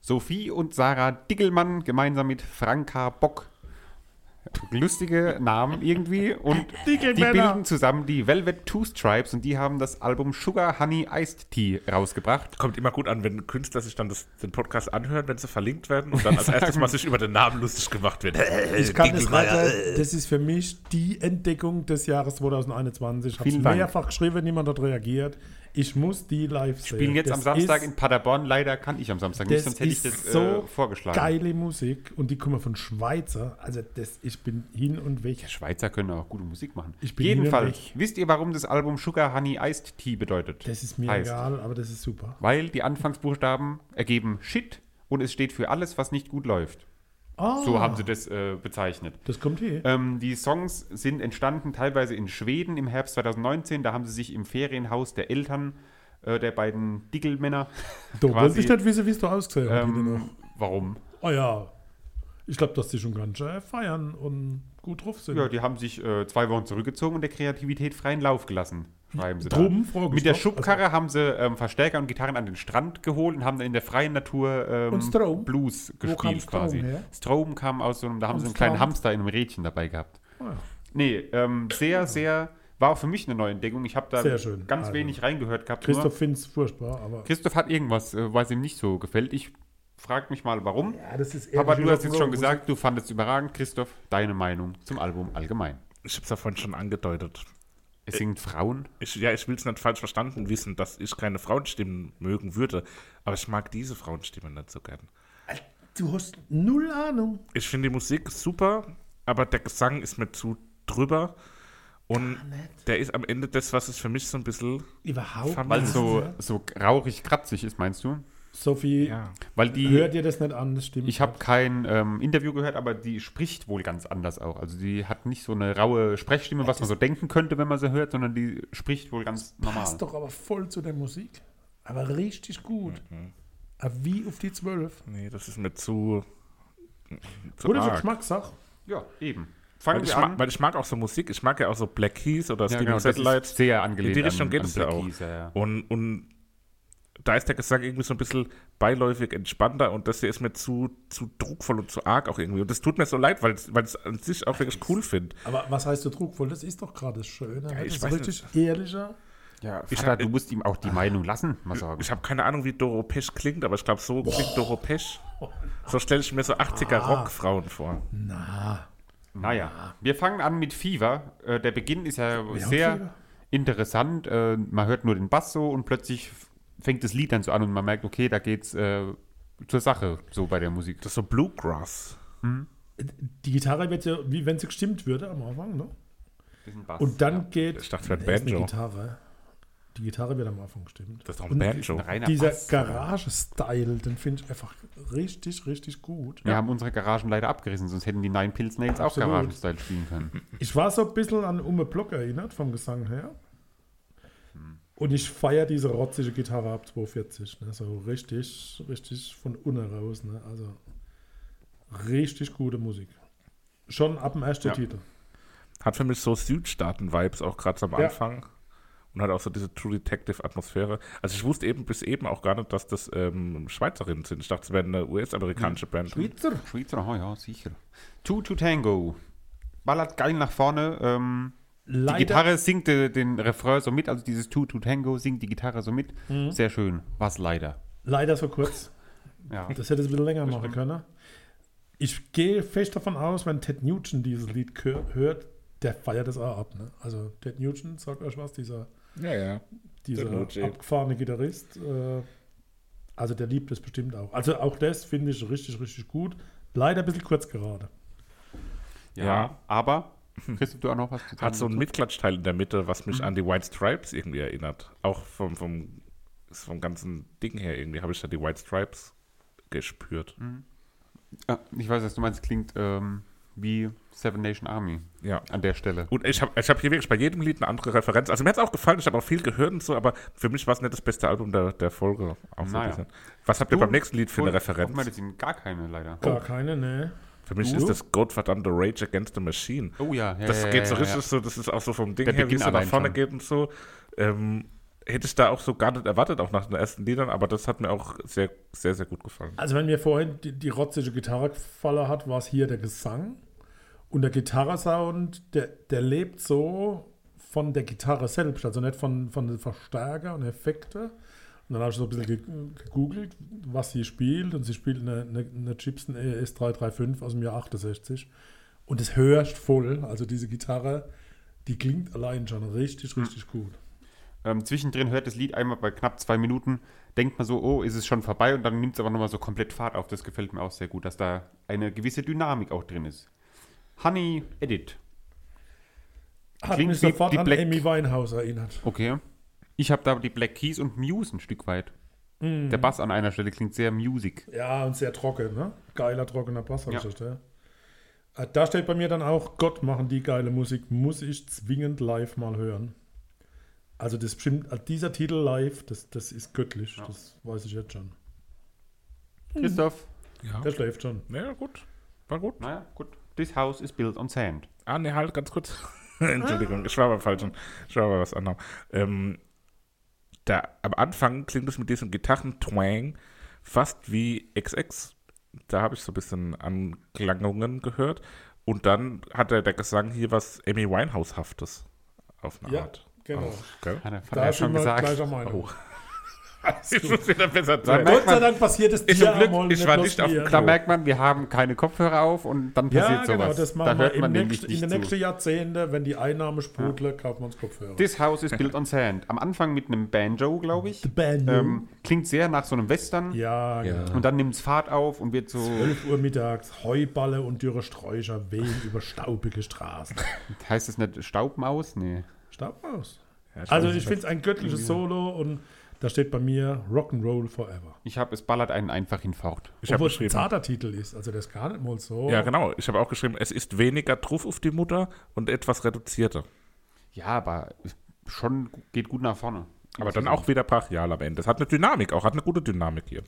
Sophie und Sarah Dickelmann gemeinsam mit Franka Bock. Lustige Namen irgendwie und die bilden zusammen die Velvet Two Stripes und die haben das Album Sugar Honey Iced Tea rausgebracht.
Kommt immer gut an, wenn Künstler sich dann das, den Podcast anhören, wenn sie verlinkt werden und dann als erstes mal sich über den Namen lustig gemacht wird.
Ich kann das
äh.
weiter. Das ist für mich die Entdeckung des Jahres 2021. Ich habe
Vielen Dank.
mehrfach geschrieben, niemand hat reagiert. Ich muss die live sehen.
Spielen jetzt
Das
am Samstag
ist-
in Paderborn. Leider kann ich am Samstag nicht,
Das
sonst hätte ich
ist
das
so
äh, vorgeschlagen.
geile Musik und die kommen von Schweizer. Also das, ich bin hin und weg.
Schweizer können auch gute Musik machen.
Ich bin
Jedenfalls,
niederlich.
wisst ihr, warum das Album Sugar Honey Iced Tea bedeutet?
Das ist mir
Heißt,
egal, aber das ist super.
Weil die Anfangsbuchstaben ergeben Shit und es steht für alles, was nicht gut läuft.
Ah,
So haben sie das äh, bezeichnet.
Das kommt hier.
Ähm, die Songs sind entstanden teilweise in Schweden im Herbst 2019. Da haben sie sich im Ferienhaus der Eltern äh, der beiden Dickelmänner.
du
quasi,
wolltest nicht wissen, wie es da ausgesehen hat. wieder noch.
ähm, warum?
Oh ja. Ich glaube, dass die schon ganz schön äh, feiern und gut drauf sind.
Ja, die haben sich äh, zwei Wochen zurückgezogen und der Kreativität freien Lauf gelassen, schreiben sie
Drum,
da.
Frage
Mit der
gestoppt.
Schubkarre haben sie ähm, Verstärker und Gitarren an den Strand geholt und haben dann in der freien Natur ähm,
Und Strom?
Blues
kam
gespielt
Strom
quasi.
her?
Strom kam aus so einem, da haben
Am
sie einen kleinen
Strand? Ah,
Hamster in einem Rädchen dabei gehabt.
ja.
Nee, ähm, sehr, sehr, war auch für mich eine neue Entdeckung. Ich habe da
Sehr schön.
ganz
Also,
wenig reingehört gehabt. nur-
Christoph findet es furchtbar, aber.
Christoph hat irgendwas, äh, was ihm nicht so gefällt. Ich frage mich mal, warum.
Ja, das ist
Aber du
ehrlich
hast jetzt schon
Rock'n'Roll-Musik.
gesagt, du fandest es überragend. Christoph, deine Meinung zum Album allgemein.
Ich habe es ja vorhin schon angedeutet.
Es singt Frauen.
Ich, ja, ich will es nicht falsch verstanden wissen, dass ich keine Frauenstimmen mögen würde, aber ich mag diese Frauenstimmen nicht so gern.
Du hast null Ahnung.
Ich finde die Musik super, aber der Gesang ist mir zu drüber. Und der ist am Ende das, was es für mich so ein bisschen.
Überhaupt
Fam-
Weil es so,
Ja.
so rauchig, kratzig ist, meinst du?
Sophie,
Ja.
Weil die.
hört ihr das nicht an? Das stimmt.
Ich habe kein ähm, Interview gehört, aber die spricht wohl ganz anders auch. Also die hat nicht so eine raue Sprechstimme, was man so denken könnte, wenn man sie hört, sondern die spricht wohl ganz normal.
Passt doch aber voll zu der Musik. Aber richtig gut.
Mhm.
Aber wie auf die Zwölf.
Nee, das ist mir zu. zu
Gute
arg.
Geschmackssache.
Ja, eben.
Weil
Fangen
ich,
wir
mag,
an.
weil ich mag auch so Musik. Ich mag ja auch so Black Keys oder
Ja,
Steven
genau, das
Satellite.
ist sehr angelehnt
In die Richtung
an-
geht
an
es ja
Black
auch.
Keys, ja, ja.
Und, und da ist der Gesang irgendwie so ein bisschen beiläufig entspannter und das hier ist mir zu, zu druckvoll und zu arg auch irgendwie. Und das tut mir so leid, weil ich es an sich auch wirklich cool finde.
Aber was heißt so druckvoll? Das ist doch gerade das Schöne. ne?
ich
das
weiß
ist richtig ehrlicher.
Ja, Vater,
äh,
hab-
du musst ihm auch
ah.
die Meinung lassen, mal sagen.
Ich habe keine Ahnung, wie Doro Pesch klingt, aber ich glaube, so klingt Doro Pesch. So stelle ich mir so 80er Rockfrauen vor.
Naja, wir fangen an mit Fever. Äh, der Beginn ist ja
Ah. haben
sehr
Fever.
interessant. Äh, man hört nur den Bass so und plötzlich f- fängt das Lied dann so an und man merkt, okay, da geht's äh, zur Sache so bei der Musik.
Das ist so Bluegrass.
Die Gitarre wird ja, wie wenn sie gestimmt würde am Anfang, ne?
Das ist ein Bass.
Und dann geht.
Ich dachte, es wäre ein
Nee, ist eine
Banjo.
Gitarre. Die Gitarre wird am Anfang gestimmt.
Das ist doch ein
Und
Banjo.
Ein reiner
Dieser
Bass.
Garage-Style, den finde ich einfach richtig, richtig gut.
Wir haben unsere Garagen leider abgerissen, sonst hätten die Nine Pills Nails auch
Absolut.
Garagen-Style spielen können.
Ich war so ein bisschen an Umme Block erinnert, vom Gesang her.
Hm.
Und ich feiere diese rotzige Gitarre ab 240. Ne? So richtig, richtig von unten raus. Ne? Also richtig gute Musik. Schon ab dem ersten
Ja.
Titel.
Hat für mich so Südstaaten-Vibes auch gerade am
Ja.
Anfang. Und hat auch so diese True Detective-Atmosphäre. Also ich wusste eben bis eben auch gar nicht, dass das ähm, Schweizerinnen sind. Ich dachte, es wäre eine US-amerikanische Band.
Schweizer.
Schweizer, oh ja, sicher. Two to Tango. Ballert geil nach vorne. Ähm, die
Leider,
Gitarre singt äh, den Refrain so mit, also dieses Two to Tango singt die Gitarre so mit.
Mhm.
Sehr schön. Was leider.
leider so kurz.
Ja.
Das hätte es ein bisschen länger machen können. Ich gehe fest davon aus, wenn Ted Nugent dieses Lied kö- hört, der feiert das auch ab. Ne? Also Ted Nugent, sagt euch was, dieser
Ja, ja.
dieser
Denucci.
abgefahrene Gitarrist. Äh, also der liebt es bestimmt auch. Also auch das finde ich richtig, richtig gut. Leider ein bisschen kurz gerade.
Ja,
Ja.
aber, Christoph, du auch noch was zu sagen?
Hat so einen Mitklatschteil in der Mitte, was mich an die White Stripes irgendwie erinnert. Auch vom, vom, vom ganzen Ding her irgendwie habe ich da die White Stripes gespürt.
Ah, ich weiß, was du meinst, klingt ähm, wie Seven Nation Army
Ja.
an der Stelle.
Und ich habe ich hab hier wirklich bei jedem Lied eine andere Referenz. Also mir hat es auch gefallen, ich habe auch viel gehört und so, aber für mich war es nicht das beste Album der, der Folge. Auch so ein
Naja.
bisschen. Was habt ihr beim nächsten Lied für eine
Oh,
Referenz?
guck mal, das sind gar keine leider. Oh.
Gar keine, ne?
Für mich ist das gottverdammte Rage Against the Machine.
Oh ja, ja,
das
ja,
geht so
ja, ja.
richtig so, das ist auch so vom Ding
Der
her, wie
Beginn
es so nach
allein
vorne
schon.
geht und so. Ähm, hätte ich da auch so gar nicht erwartet, auch nach den ersten Liedern, aber das hat mir auch sehr, sehr, sehr gut gefallen.
Also wenn mir vorhin die, die rotzige Gitarre gefallen hat, war es hier der Gesang. Und der Gitarresound, der, der lebt so von der Gitarre selbst, also nicht von, von den Verstärker und Effekte. Und dann habe ich so ein bisschen ge- gegoogelt, was sie spielt. Und sie spielt eine, eine, eine Gibson E ES 335 aus dem Jahr 68. Und das hörst voll. Also diese Gitarre, die klingt allein schon richtig, richtig
Hm.
gut.
Ähm, zwischendrin hört das Lied einmal bei knapp zwei Minuten, denkt man so, oh, ist es schon vorbei und dann nimmt es aber nochmal so komplett Fahrt auf. Das gefällt mir auch sehr gut, dass da eine gewisse Dynamik auch drin ist. Honey Edit.
Hat
Klingt
mich
wie
sofort
die
an
Black-
Amy Winehouse erinnert.
Okay. Ich habe da die Black Keys und Muse ein Stück weit.
Mhm.
Der Bass an einer Stelle klingt sehr Music.
Ja, und sehr trocken, ne? Geiler, trockener Bass habe
Ja.
ich ich da. Äh, Da steht bei mir dann auch, Gott, machen die geile Musik, muss ich zwingend live mal hören. Also das bestimmt, also dieser Titel live, das, das ist göttlich, das weiß ich jetzt schon. Mhm.
Christoph.
Der schläft schon.
Naja, gut. War gut.
Naja, gut. This house is built on sand.
Ah, ne, halt, ganz kurz.
Ah.
Entschuldigung, ich war beim Falschen. Ich war bei was anderem. Ähm, da, am Anfang klingt es mit diesem Gitarren-Twang fast wie XX. Da habe ich so ein bisschen Anklangungen gehört. Und dann hat der, der Gesang hier was Amy Winehouse-haftes auf eine
Ja,
Art.
genau.
Auch, gell?
Oh, Hat er, hat
Da
er
sind
schon
wir
gesagt. Oh.
gleicher Meinung.
Ist schon wieder besser
Sag
Zeit.
mal,
Gott sei Dank passiert es
Ich
dir
hab Glück,
einmal
ich war
bloß
nicht auf
mir.
dem
Da merkt man, wir haben keine Kopfhörer auf und dann
Ja,
passiert
genau,
sowas.
das
da
machen wir
hört
im
man nämlich
nächsten, in den
nicht zu.
nächsten Jahrzehnten, wenn die Einnahme sprudelt, kaufen wir uns Kopfhörer.
This House is Built on Sand. Am Anfang mit einem Banjo, glaube ich.
Banjo.
Ähm, klingt sehr nach so einem Western.
ja, genau.
Und dann nimmt es Fahrt auf und wird so.
11 Uhr mittags, Heuballe und dürre Sträucher wehen über staubige Straßen.
Heißt es nicht Staubmaus? Nee.
Staubmaus. Also ich finde es ein göttliches Solo und da steht bei mir Rock'n'Roll Forever.
Ich habe es ballert einen einfach hinfort.
Ich habe
Obwohl es ein
geschrieben.
zarter Titel ist, also der ist gar nicht mal so.
Ja, genau. Ich habe auch geschrieben, es ist weniger drauf auf die Mutter und etwas reduzierter.
Ja, aber schon gu- geht gut nach vorne.
Aber dann auch wieder brachial am Ende. Das hat eine Dynamik auch, hat eine gute Dynamik hier.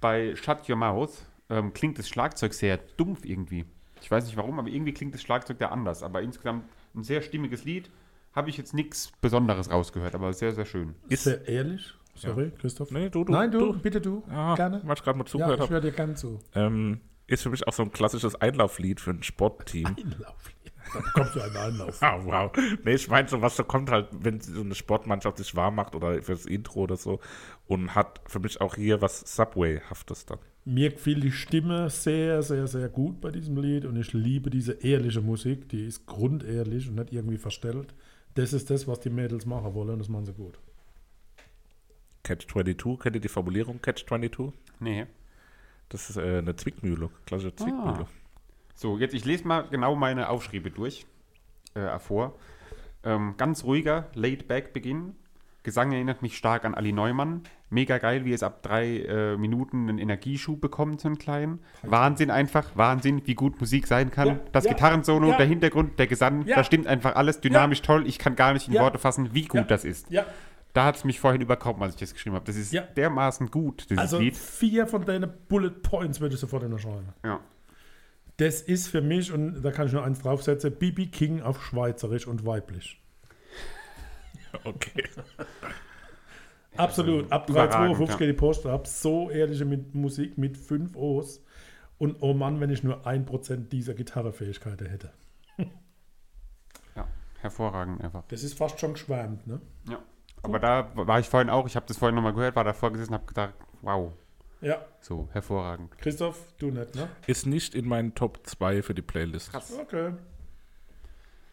Bei Shut Your Mouth ähm, klingt das Schlagzeug sehr dumpf irgendwie. Ich weiß nicht warum, aber irgendwie klingt das Schlagzeug da anders. Aber insgesamt ein sehr stimmiges Lied. Habe ich jetzt nichts Besonderes rausgehört, aber sehr, sehr schön.
Ist er ehrlich? Sorry, Christoph.
Nee, du, du,
Nein,
du.
du, bitte du.
Ah,
Gerne.
Weil ich gerade mal
Ja,
zugehört
ich höre
habe.
dir gerne zu.
Ähm, ist für mich auch so ein klassisches Einlauflied für ein Sportteam.
Einlauf. Da bekommst du einen Anlauf.
Ah, wow. Nee, ich meine, so was da kommt halt, wenn so eine Sportmannschaft sich warm macht oder fürs Intro oder so. Und hat für mich auch hier was Subway-haftes dann.
Mir gefiel die Stimme sehr, sehr, sehr gut bei diesem Lied und ich liebe diese ehrliche Musik. Die ist grundehrlich und nicht irgendwie verstellt. Das ist das, was die Mädels machen wollen und das machen sie gut.
Catch 22, kennt ihr die Formulierung Catch 22?
Nee.
Das ist äh, eine Zwickmühle, klassische Zwickmühle.
So, jetzt ich lese mal genau meine Aufschriebe durch äh, vor. Ähm, ganz ruhiger, laid back Beginn. Gesang erinnert mich stark an Ali Neumann. Mega geil, wie es ab drei äh, Minuten einen Energieschub bekommt, so einen kleinen. Wahnsinn einfach, Wahnsinn, wie gut Musik sein kann.
Halt. Ja,
das
ja,
Gitarrensolo,
ja.
der Hintergrund, der Gesang,
Ja.
da stimmt einfach alles dynamisch toll. Ich kann gar nicht in
Ja.
Worte fassen, wie gut
Ja.
das ist.
Ja,
Da hat es mich vorhin überkommen, als ich das geschrieben habe. Das ist
Ja.
dermaßen gut, dieses
also
Lied.
vier von deinen Bullet Points würde ich sofort unterschreiben.
Ja.
Das ist für mich, und da kann ich nur eins draufsetzen, Bibi King auf Schweizerisch und weiblich.
Okay.
Absolut. Ab
Also überragend,
3,52
ja.
geht die Post ab. So ehrliche mit Musik mit 5 O's. Und oh Mann, wenn ich nur 1% dieser Gitarrefähigkeiten hätte.
ja, hervorragend einfach.
Das ist fast schon geschwärmt, ne?
Ja. Aber da war ich vorhin auch, ich habe das vorhin nochmal gehört, war davor gesessen und habe gedacht, wow,
Ja,
so hervorragend.
Christoph, du nicht, ne?
Ist nicht in meinen Top 2 für die Playlist.
Okay.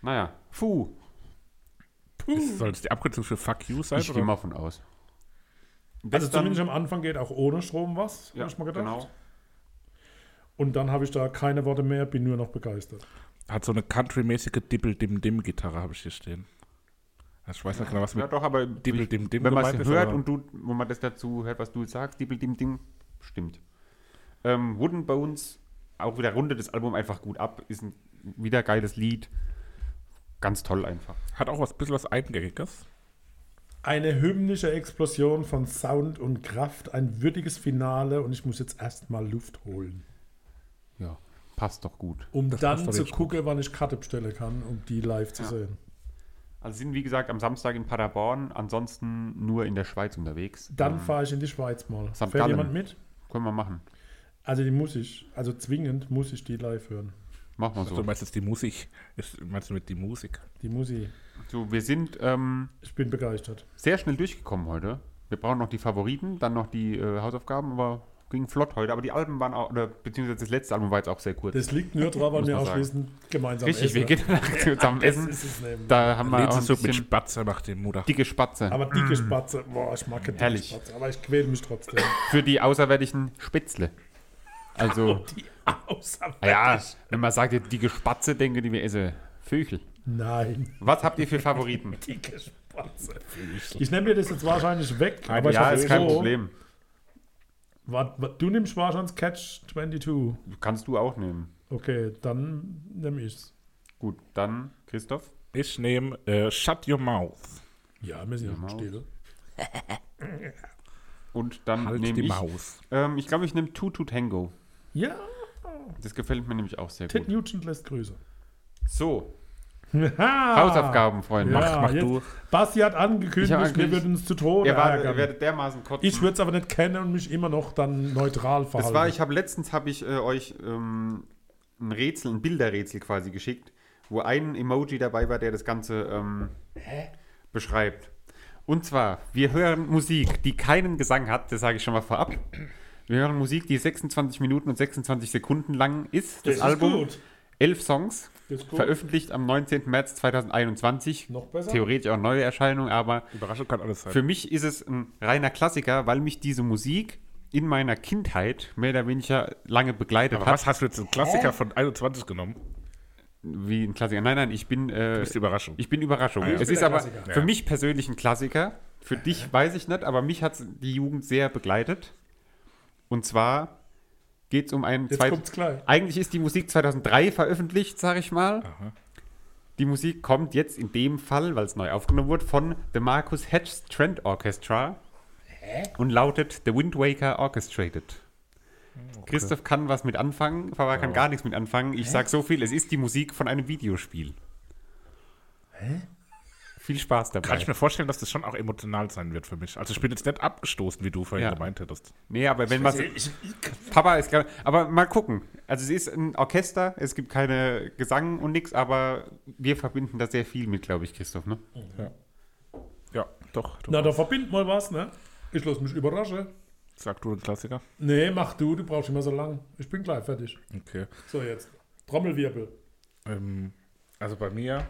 Naja, puh,
Ist- Soll es die Abkürzung für Fuck You sein?
ich gehe
Oder?
mal von
Also
aus. Western-
zumindest am Anfang geht auch ohne Strom was,
ja,
hab ich mal gedacht.
Genau.
Und dann habe ich da keine Worte mehr, bin nur noch begeistert.
Hat so eine countrymäßige Dibble-Dim-Dim-Gitarre, habe ich hier stehen. Also ich weiß nicht genau, was
Ja,
mit
doch, aber
Dibbel, dim, dim
wenn man
gemeint
es
ist,
hört
aber-
und du, wenn man das dazu hört, was du jetzt sagst, dibbel dim dim, stimmt. Ähm, Wooden Bones, auch wieder rundet das Album einfach gut ab, ist ein wieder geiles Lied. Ganz toll einfach.
Hat auch was bisschen was Eingängiges.
Eine hymnische Explosion von Sound und Kraft, ein würdiges Finale und ich muss jetzt erstmal Luft holen.
Ja, passt doch gut.
Um
Das passt
dann
doch
zu
jetzt
gucken, wann ich Karte bestellen kann, um die live zu sehen.
Also sind, wie gesagt, am Samstag in Paderborn, ansonsten nur in der Schweiz unterwegs. Ähm,
Dann fahre ich in die Schweiz mal.
St.
Fährt
Gallen.
jemand mit?
Können wir machen.
Also die muss ich, also zwingend muss ich die live hören.
Machen wir
So. Du
so.
meinst jetzt die Musik. Ist, meinst du mit die Musik?
Die muss ich.
so wir sind ähm,
Ich bin begeistert.
sehr schnell durchgekommen heute. Wir brauchen noch die Favoriten, dann noch die äh, Hausaufgaben, aber ging flott heute. Aber die Alben waren auch, oder beziehungsweise das letzte Album war jetzt auch sehr kurz.
Das liegt nur daran, weil
Muss
wir
man
anschließend gemeinsam
Richtig, wir gehen danach zusammen
essen.
essen.
Das ist es nämlich.
Da haben wir auch ein
Letztes so mit
bisschen
Spatzer macht den Mutter.
dicke Spatze.
Aber dicke Spatze, boah, ich mag keine dicke
Mm. Herrlich.
Spatze, aber ich quäle mich trotzdem.
Für die außerwärtigen Spätzle. Also, ja, wenn man sagt, die dicke Spatze, denke ich, wir essen Vögel.
Nein,
Was habt ihr für Favoriten?
dicke Spatze. Ich nehme dir das jetzt wahrscheinlich weg, aber ich
ja,
hab
ist
so-
kein Problem.
Wart- wart- du nimmst wahrscheinlich Catch 22.
Kannst du auch nehmen.
Okay, dann nehme ich's.
Gut, dann Christoph.
Ich nehme äh, Shut Your Mouth.
Ja, wir sind ja schon
Maus.
still.
Und dann
Halt
nehme
die
ich.
Maus.
Ähm, ich glaube, ich nehme Tutu Tango.
Ja,
Das gefällt mir nämlich auch sehr
Ted
gut.
Nugent lässt Grüße.
So,
Hausaufgaben.
Hausaufgaben, Freunde.
Ah. Ja,
Macht, macht
jetzt-
du.
Basti hat
Ich hab
angekündigt, wir
angekündigt-
würden uns zu Tode
Ihr war- ihr
ärgern.
werdet dermaßen kotzen.
Ich würde es aber nicht kennen und mich immer noch dann neutral verhalten.
das war, ich habe letztens habe ich äh, euch ähm, ein Rätsel, ein Bilderrätsel quasi geschickt, wo ein Emoji dabei war, der das Ganze ähm, beschreibt. Und zwar, wir hören Musik, die keinen Gesang hat, das sage ich schon mal vorab. Wir hören Musik, die 26 Minuten und 26 Sekunden lang ist. Das,
ist
Album,
gut.
elf Songs,
Das ist gut.
veröffentlicht am 19. März 2021.
Noch besser?
Theoretisch auch neue Erscheinung, aber
Überraschung kann alles sein.
für mich ist es ein reiner Klassiker, weil mich diese Musik in meiner Kindheit mehr oder weniger lange begleitet
Aber
hat.
was hast du jetzt einen Klassiker von 21 genommen?
Wie ein Klassiker. Nein, nein, ich bin. Äh,
bist die Überraschung. Ah,
Ich bin Überraschung.
ja.
es
Ich bin
ist
der
aber
Klassiker.
für
Ja.
mich persönlich ein Klassiker. Für dich weiß ich nicht, aber mich hat die Jugend sehr begleitet. Und zwar geht es um einen.
Jetzt
zweit-
kommt's gleich.
Eigentlich ist die Musik 2003 veröffentlicht, sag ich mal. Die Musik kommt jetzt in dem Fall, weil es neu aufgenommen wurde, von The Marcus Hedge Trent Orchestra und lautet The Wind Waker Orchestrated. Hm, Christoph kann was mit anfangen, Papa kann gar nichts mit anfangen. Ich sag so viel, es ist die Musik von einem Videospiel. Viel Spaß dabei.
Kann ich mir vorstellen, dass das schon auch emotional sein wird für mich. Also ich bin jetzt nicht abgestoßen, wie du vorhin
Ja.
gemeint hättest.
Nee, aber wenn was. Papa ist gar, Aber mal gucken. Also es ist ein Orchester, es gibt keine Gesang und nix, aber wir verbinden da sehr viel mit, glaube ich, Christoph, ne?
Ja, doch. Du
Na, da verbind mal was, ne? Ich lass mich überraschen.
Sag du einen Klassiker.
Nee, mach du, du brauchst immer so lang. Ich bin gleich fertig.
Okay.
So, jetzt. Trommelwirbel.
Ähm, also bei mir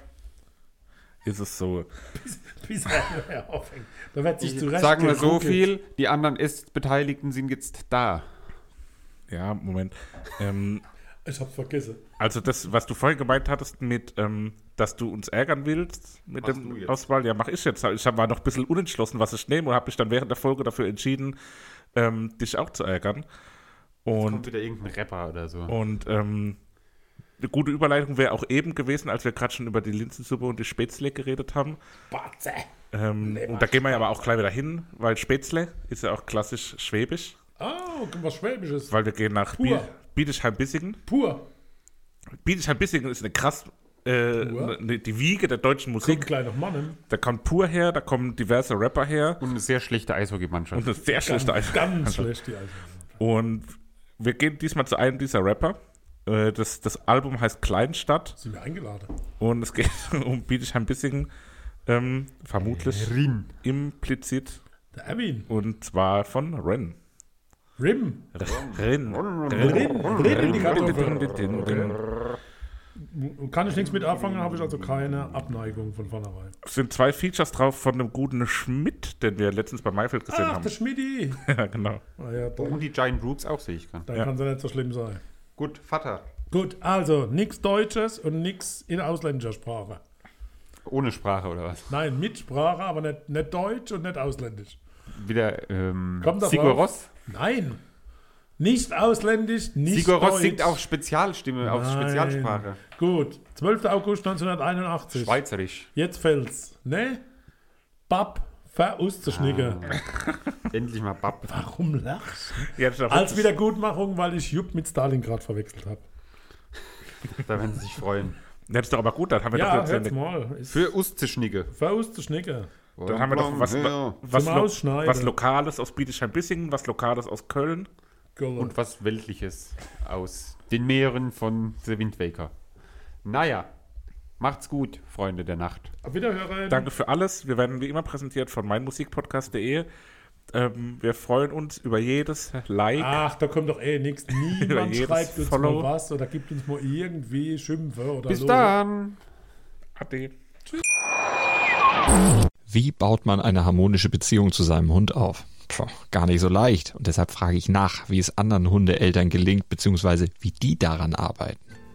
ist es so,
Bis er aufhängt. Da wird sich zurecht.
Sagen wir so viel, die anderen Ist-Beteiligten sind jetzt da.
ja, Moment. Ähm,
Ich hab's vergessen.
also das, was du vorhin gemeint hattest mit, ähm, dass du uns ärgern willst mit
Machst du
dem
jetzt.
Auswahl, ja, mach ich jetzt. Ich hab- war noch ein bisschen unentschlossen, was ich nehme und habe mich dann während der Folge dafür entschieden, ähm, dich auch zu ärgern. Und
wieder irgendein Rapper oder so.
Und ähm, eine gute Überleitung wäre auch eben gewesen, als wir gerade schon über die Linsensuppe und die Spätzle geredet haben.
Batze.
Ähm, und da gehen wir ja aber auch gleich wieder hin, weil Spätzle ist ja auch klassisch schwäbisch,
Oh, guck mal, Schwäbisches.
weil wir gehen nach
Pur.
Bi Bietigheim-Bissingen.
Pur.
Bietigheim-Bissingen ist eine krass, äh,
Pur?
ne, die Wiege der deutschen
Kommt
Musik.
gleich noch Mannen.
Da kommt Pur her, da kommen diverse Rapper her
Und eine sehr schlechte Eishockey-Mannschaft.
und eine sehr schlechte
Ganz,
Einstellung.
ganz schlecht, die Alte.
Und wir gehen diesmal zu einem dieser Rapper. Äh, Das, das Album heißt Kleinstadt.
Sind wir eingeladen?
Und es geht um Bietigheim-Bissingen, ähm, vermutlich
Rin.
implizit
Der Erwin.
und zwar von Ren.
Rim.
Ren.
Rin. Rin in die Kartoffel.
Ren.
Kann ich nichts mit anfangen, habe ich also keine Abneigung von vornherein.
Sind zwei Features drauf von dem guten Schmidt, den wir letztens bei Meifeld gesehen
Ach, der
haben.
Schmidti.
Ja, genau.
Ah, ja, dann
Und die Giant Rooks auch, sehe ich gerade.
dann
Ja.
kann es ja nicht so schlimm sein.
Gut, Vater.
Gut, also nichts Deutsches und nichts in ausländischer Sprache.
Ohne Sprache oder was?
Nein, mit Sprache, aber nicht, nicht Deutsch und nicht ausländisch.
Wieder ähm,
Kommt da
Sigur
drauf.
Ross.
Nein. Nicht ausländisch, nicht
Sigur
deutsch.
Ross singt auf Spezialstimme, auf
Nein.
Spezialsprache.
Gut, 12. August 1981.
Schweizerisch.
Jetzt fällt's. Ne? Bab, veruszuschnicken.
Ah.
Endlich mal Bab.
Warum lachst du?
Ja, das ist aber-
Als Wiedergutmachung, weil ich Jupp mit Stalingrad verwechselt habe.
Da werden sie sich freuen.
Ja, das ist doch aber gut, dann haben wir
Ja,
doch jetzt
hört's
eine,
mal. Ist
Für Usteschnicke.
veruszuschnicken.
dann haben wir doch was, was,
Zum
was, lo
Ausschneiden.
was Lokales aus Bietigheim-Bissingen, was Lokales aus Köln.
Genau.
Und was Weltliches aus den Meeren von The Wind Waker. Naja, macht's gut, Freunde der Nacht.
Auf Wiederhören.
Danke für alles. Wir werden wie immer präsentiert von meinmusikpodcast.de. Ähm, wir freuen uns über jedes Like.
Ach, da kommt doch eh nichts.
Über
Niemand
jedes
schreibt uns
Follow.
mal was oder gibt uns mal irgendwie Schimpfe oder
Bis
so.
dann!
Ade.
Wie baut man eine harmonische Beziehung zu seinem Hund auf? Puh, gar nicht so leicht. Und deshalb frage ich nach, wie es anderen Hundeeltern gelingt, beziehungsweise wie die daran arbeiten.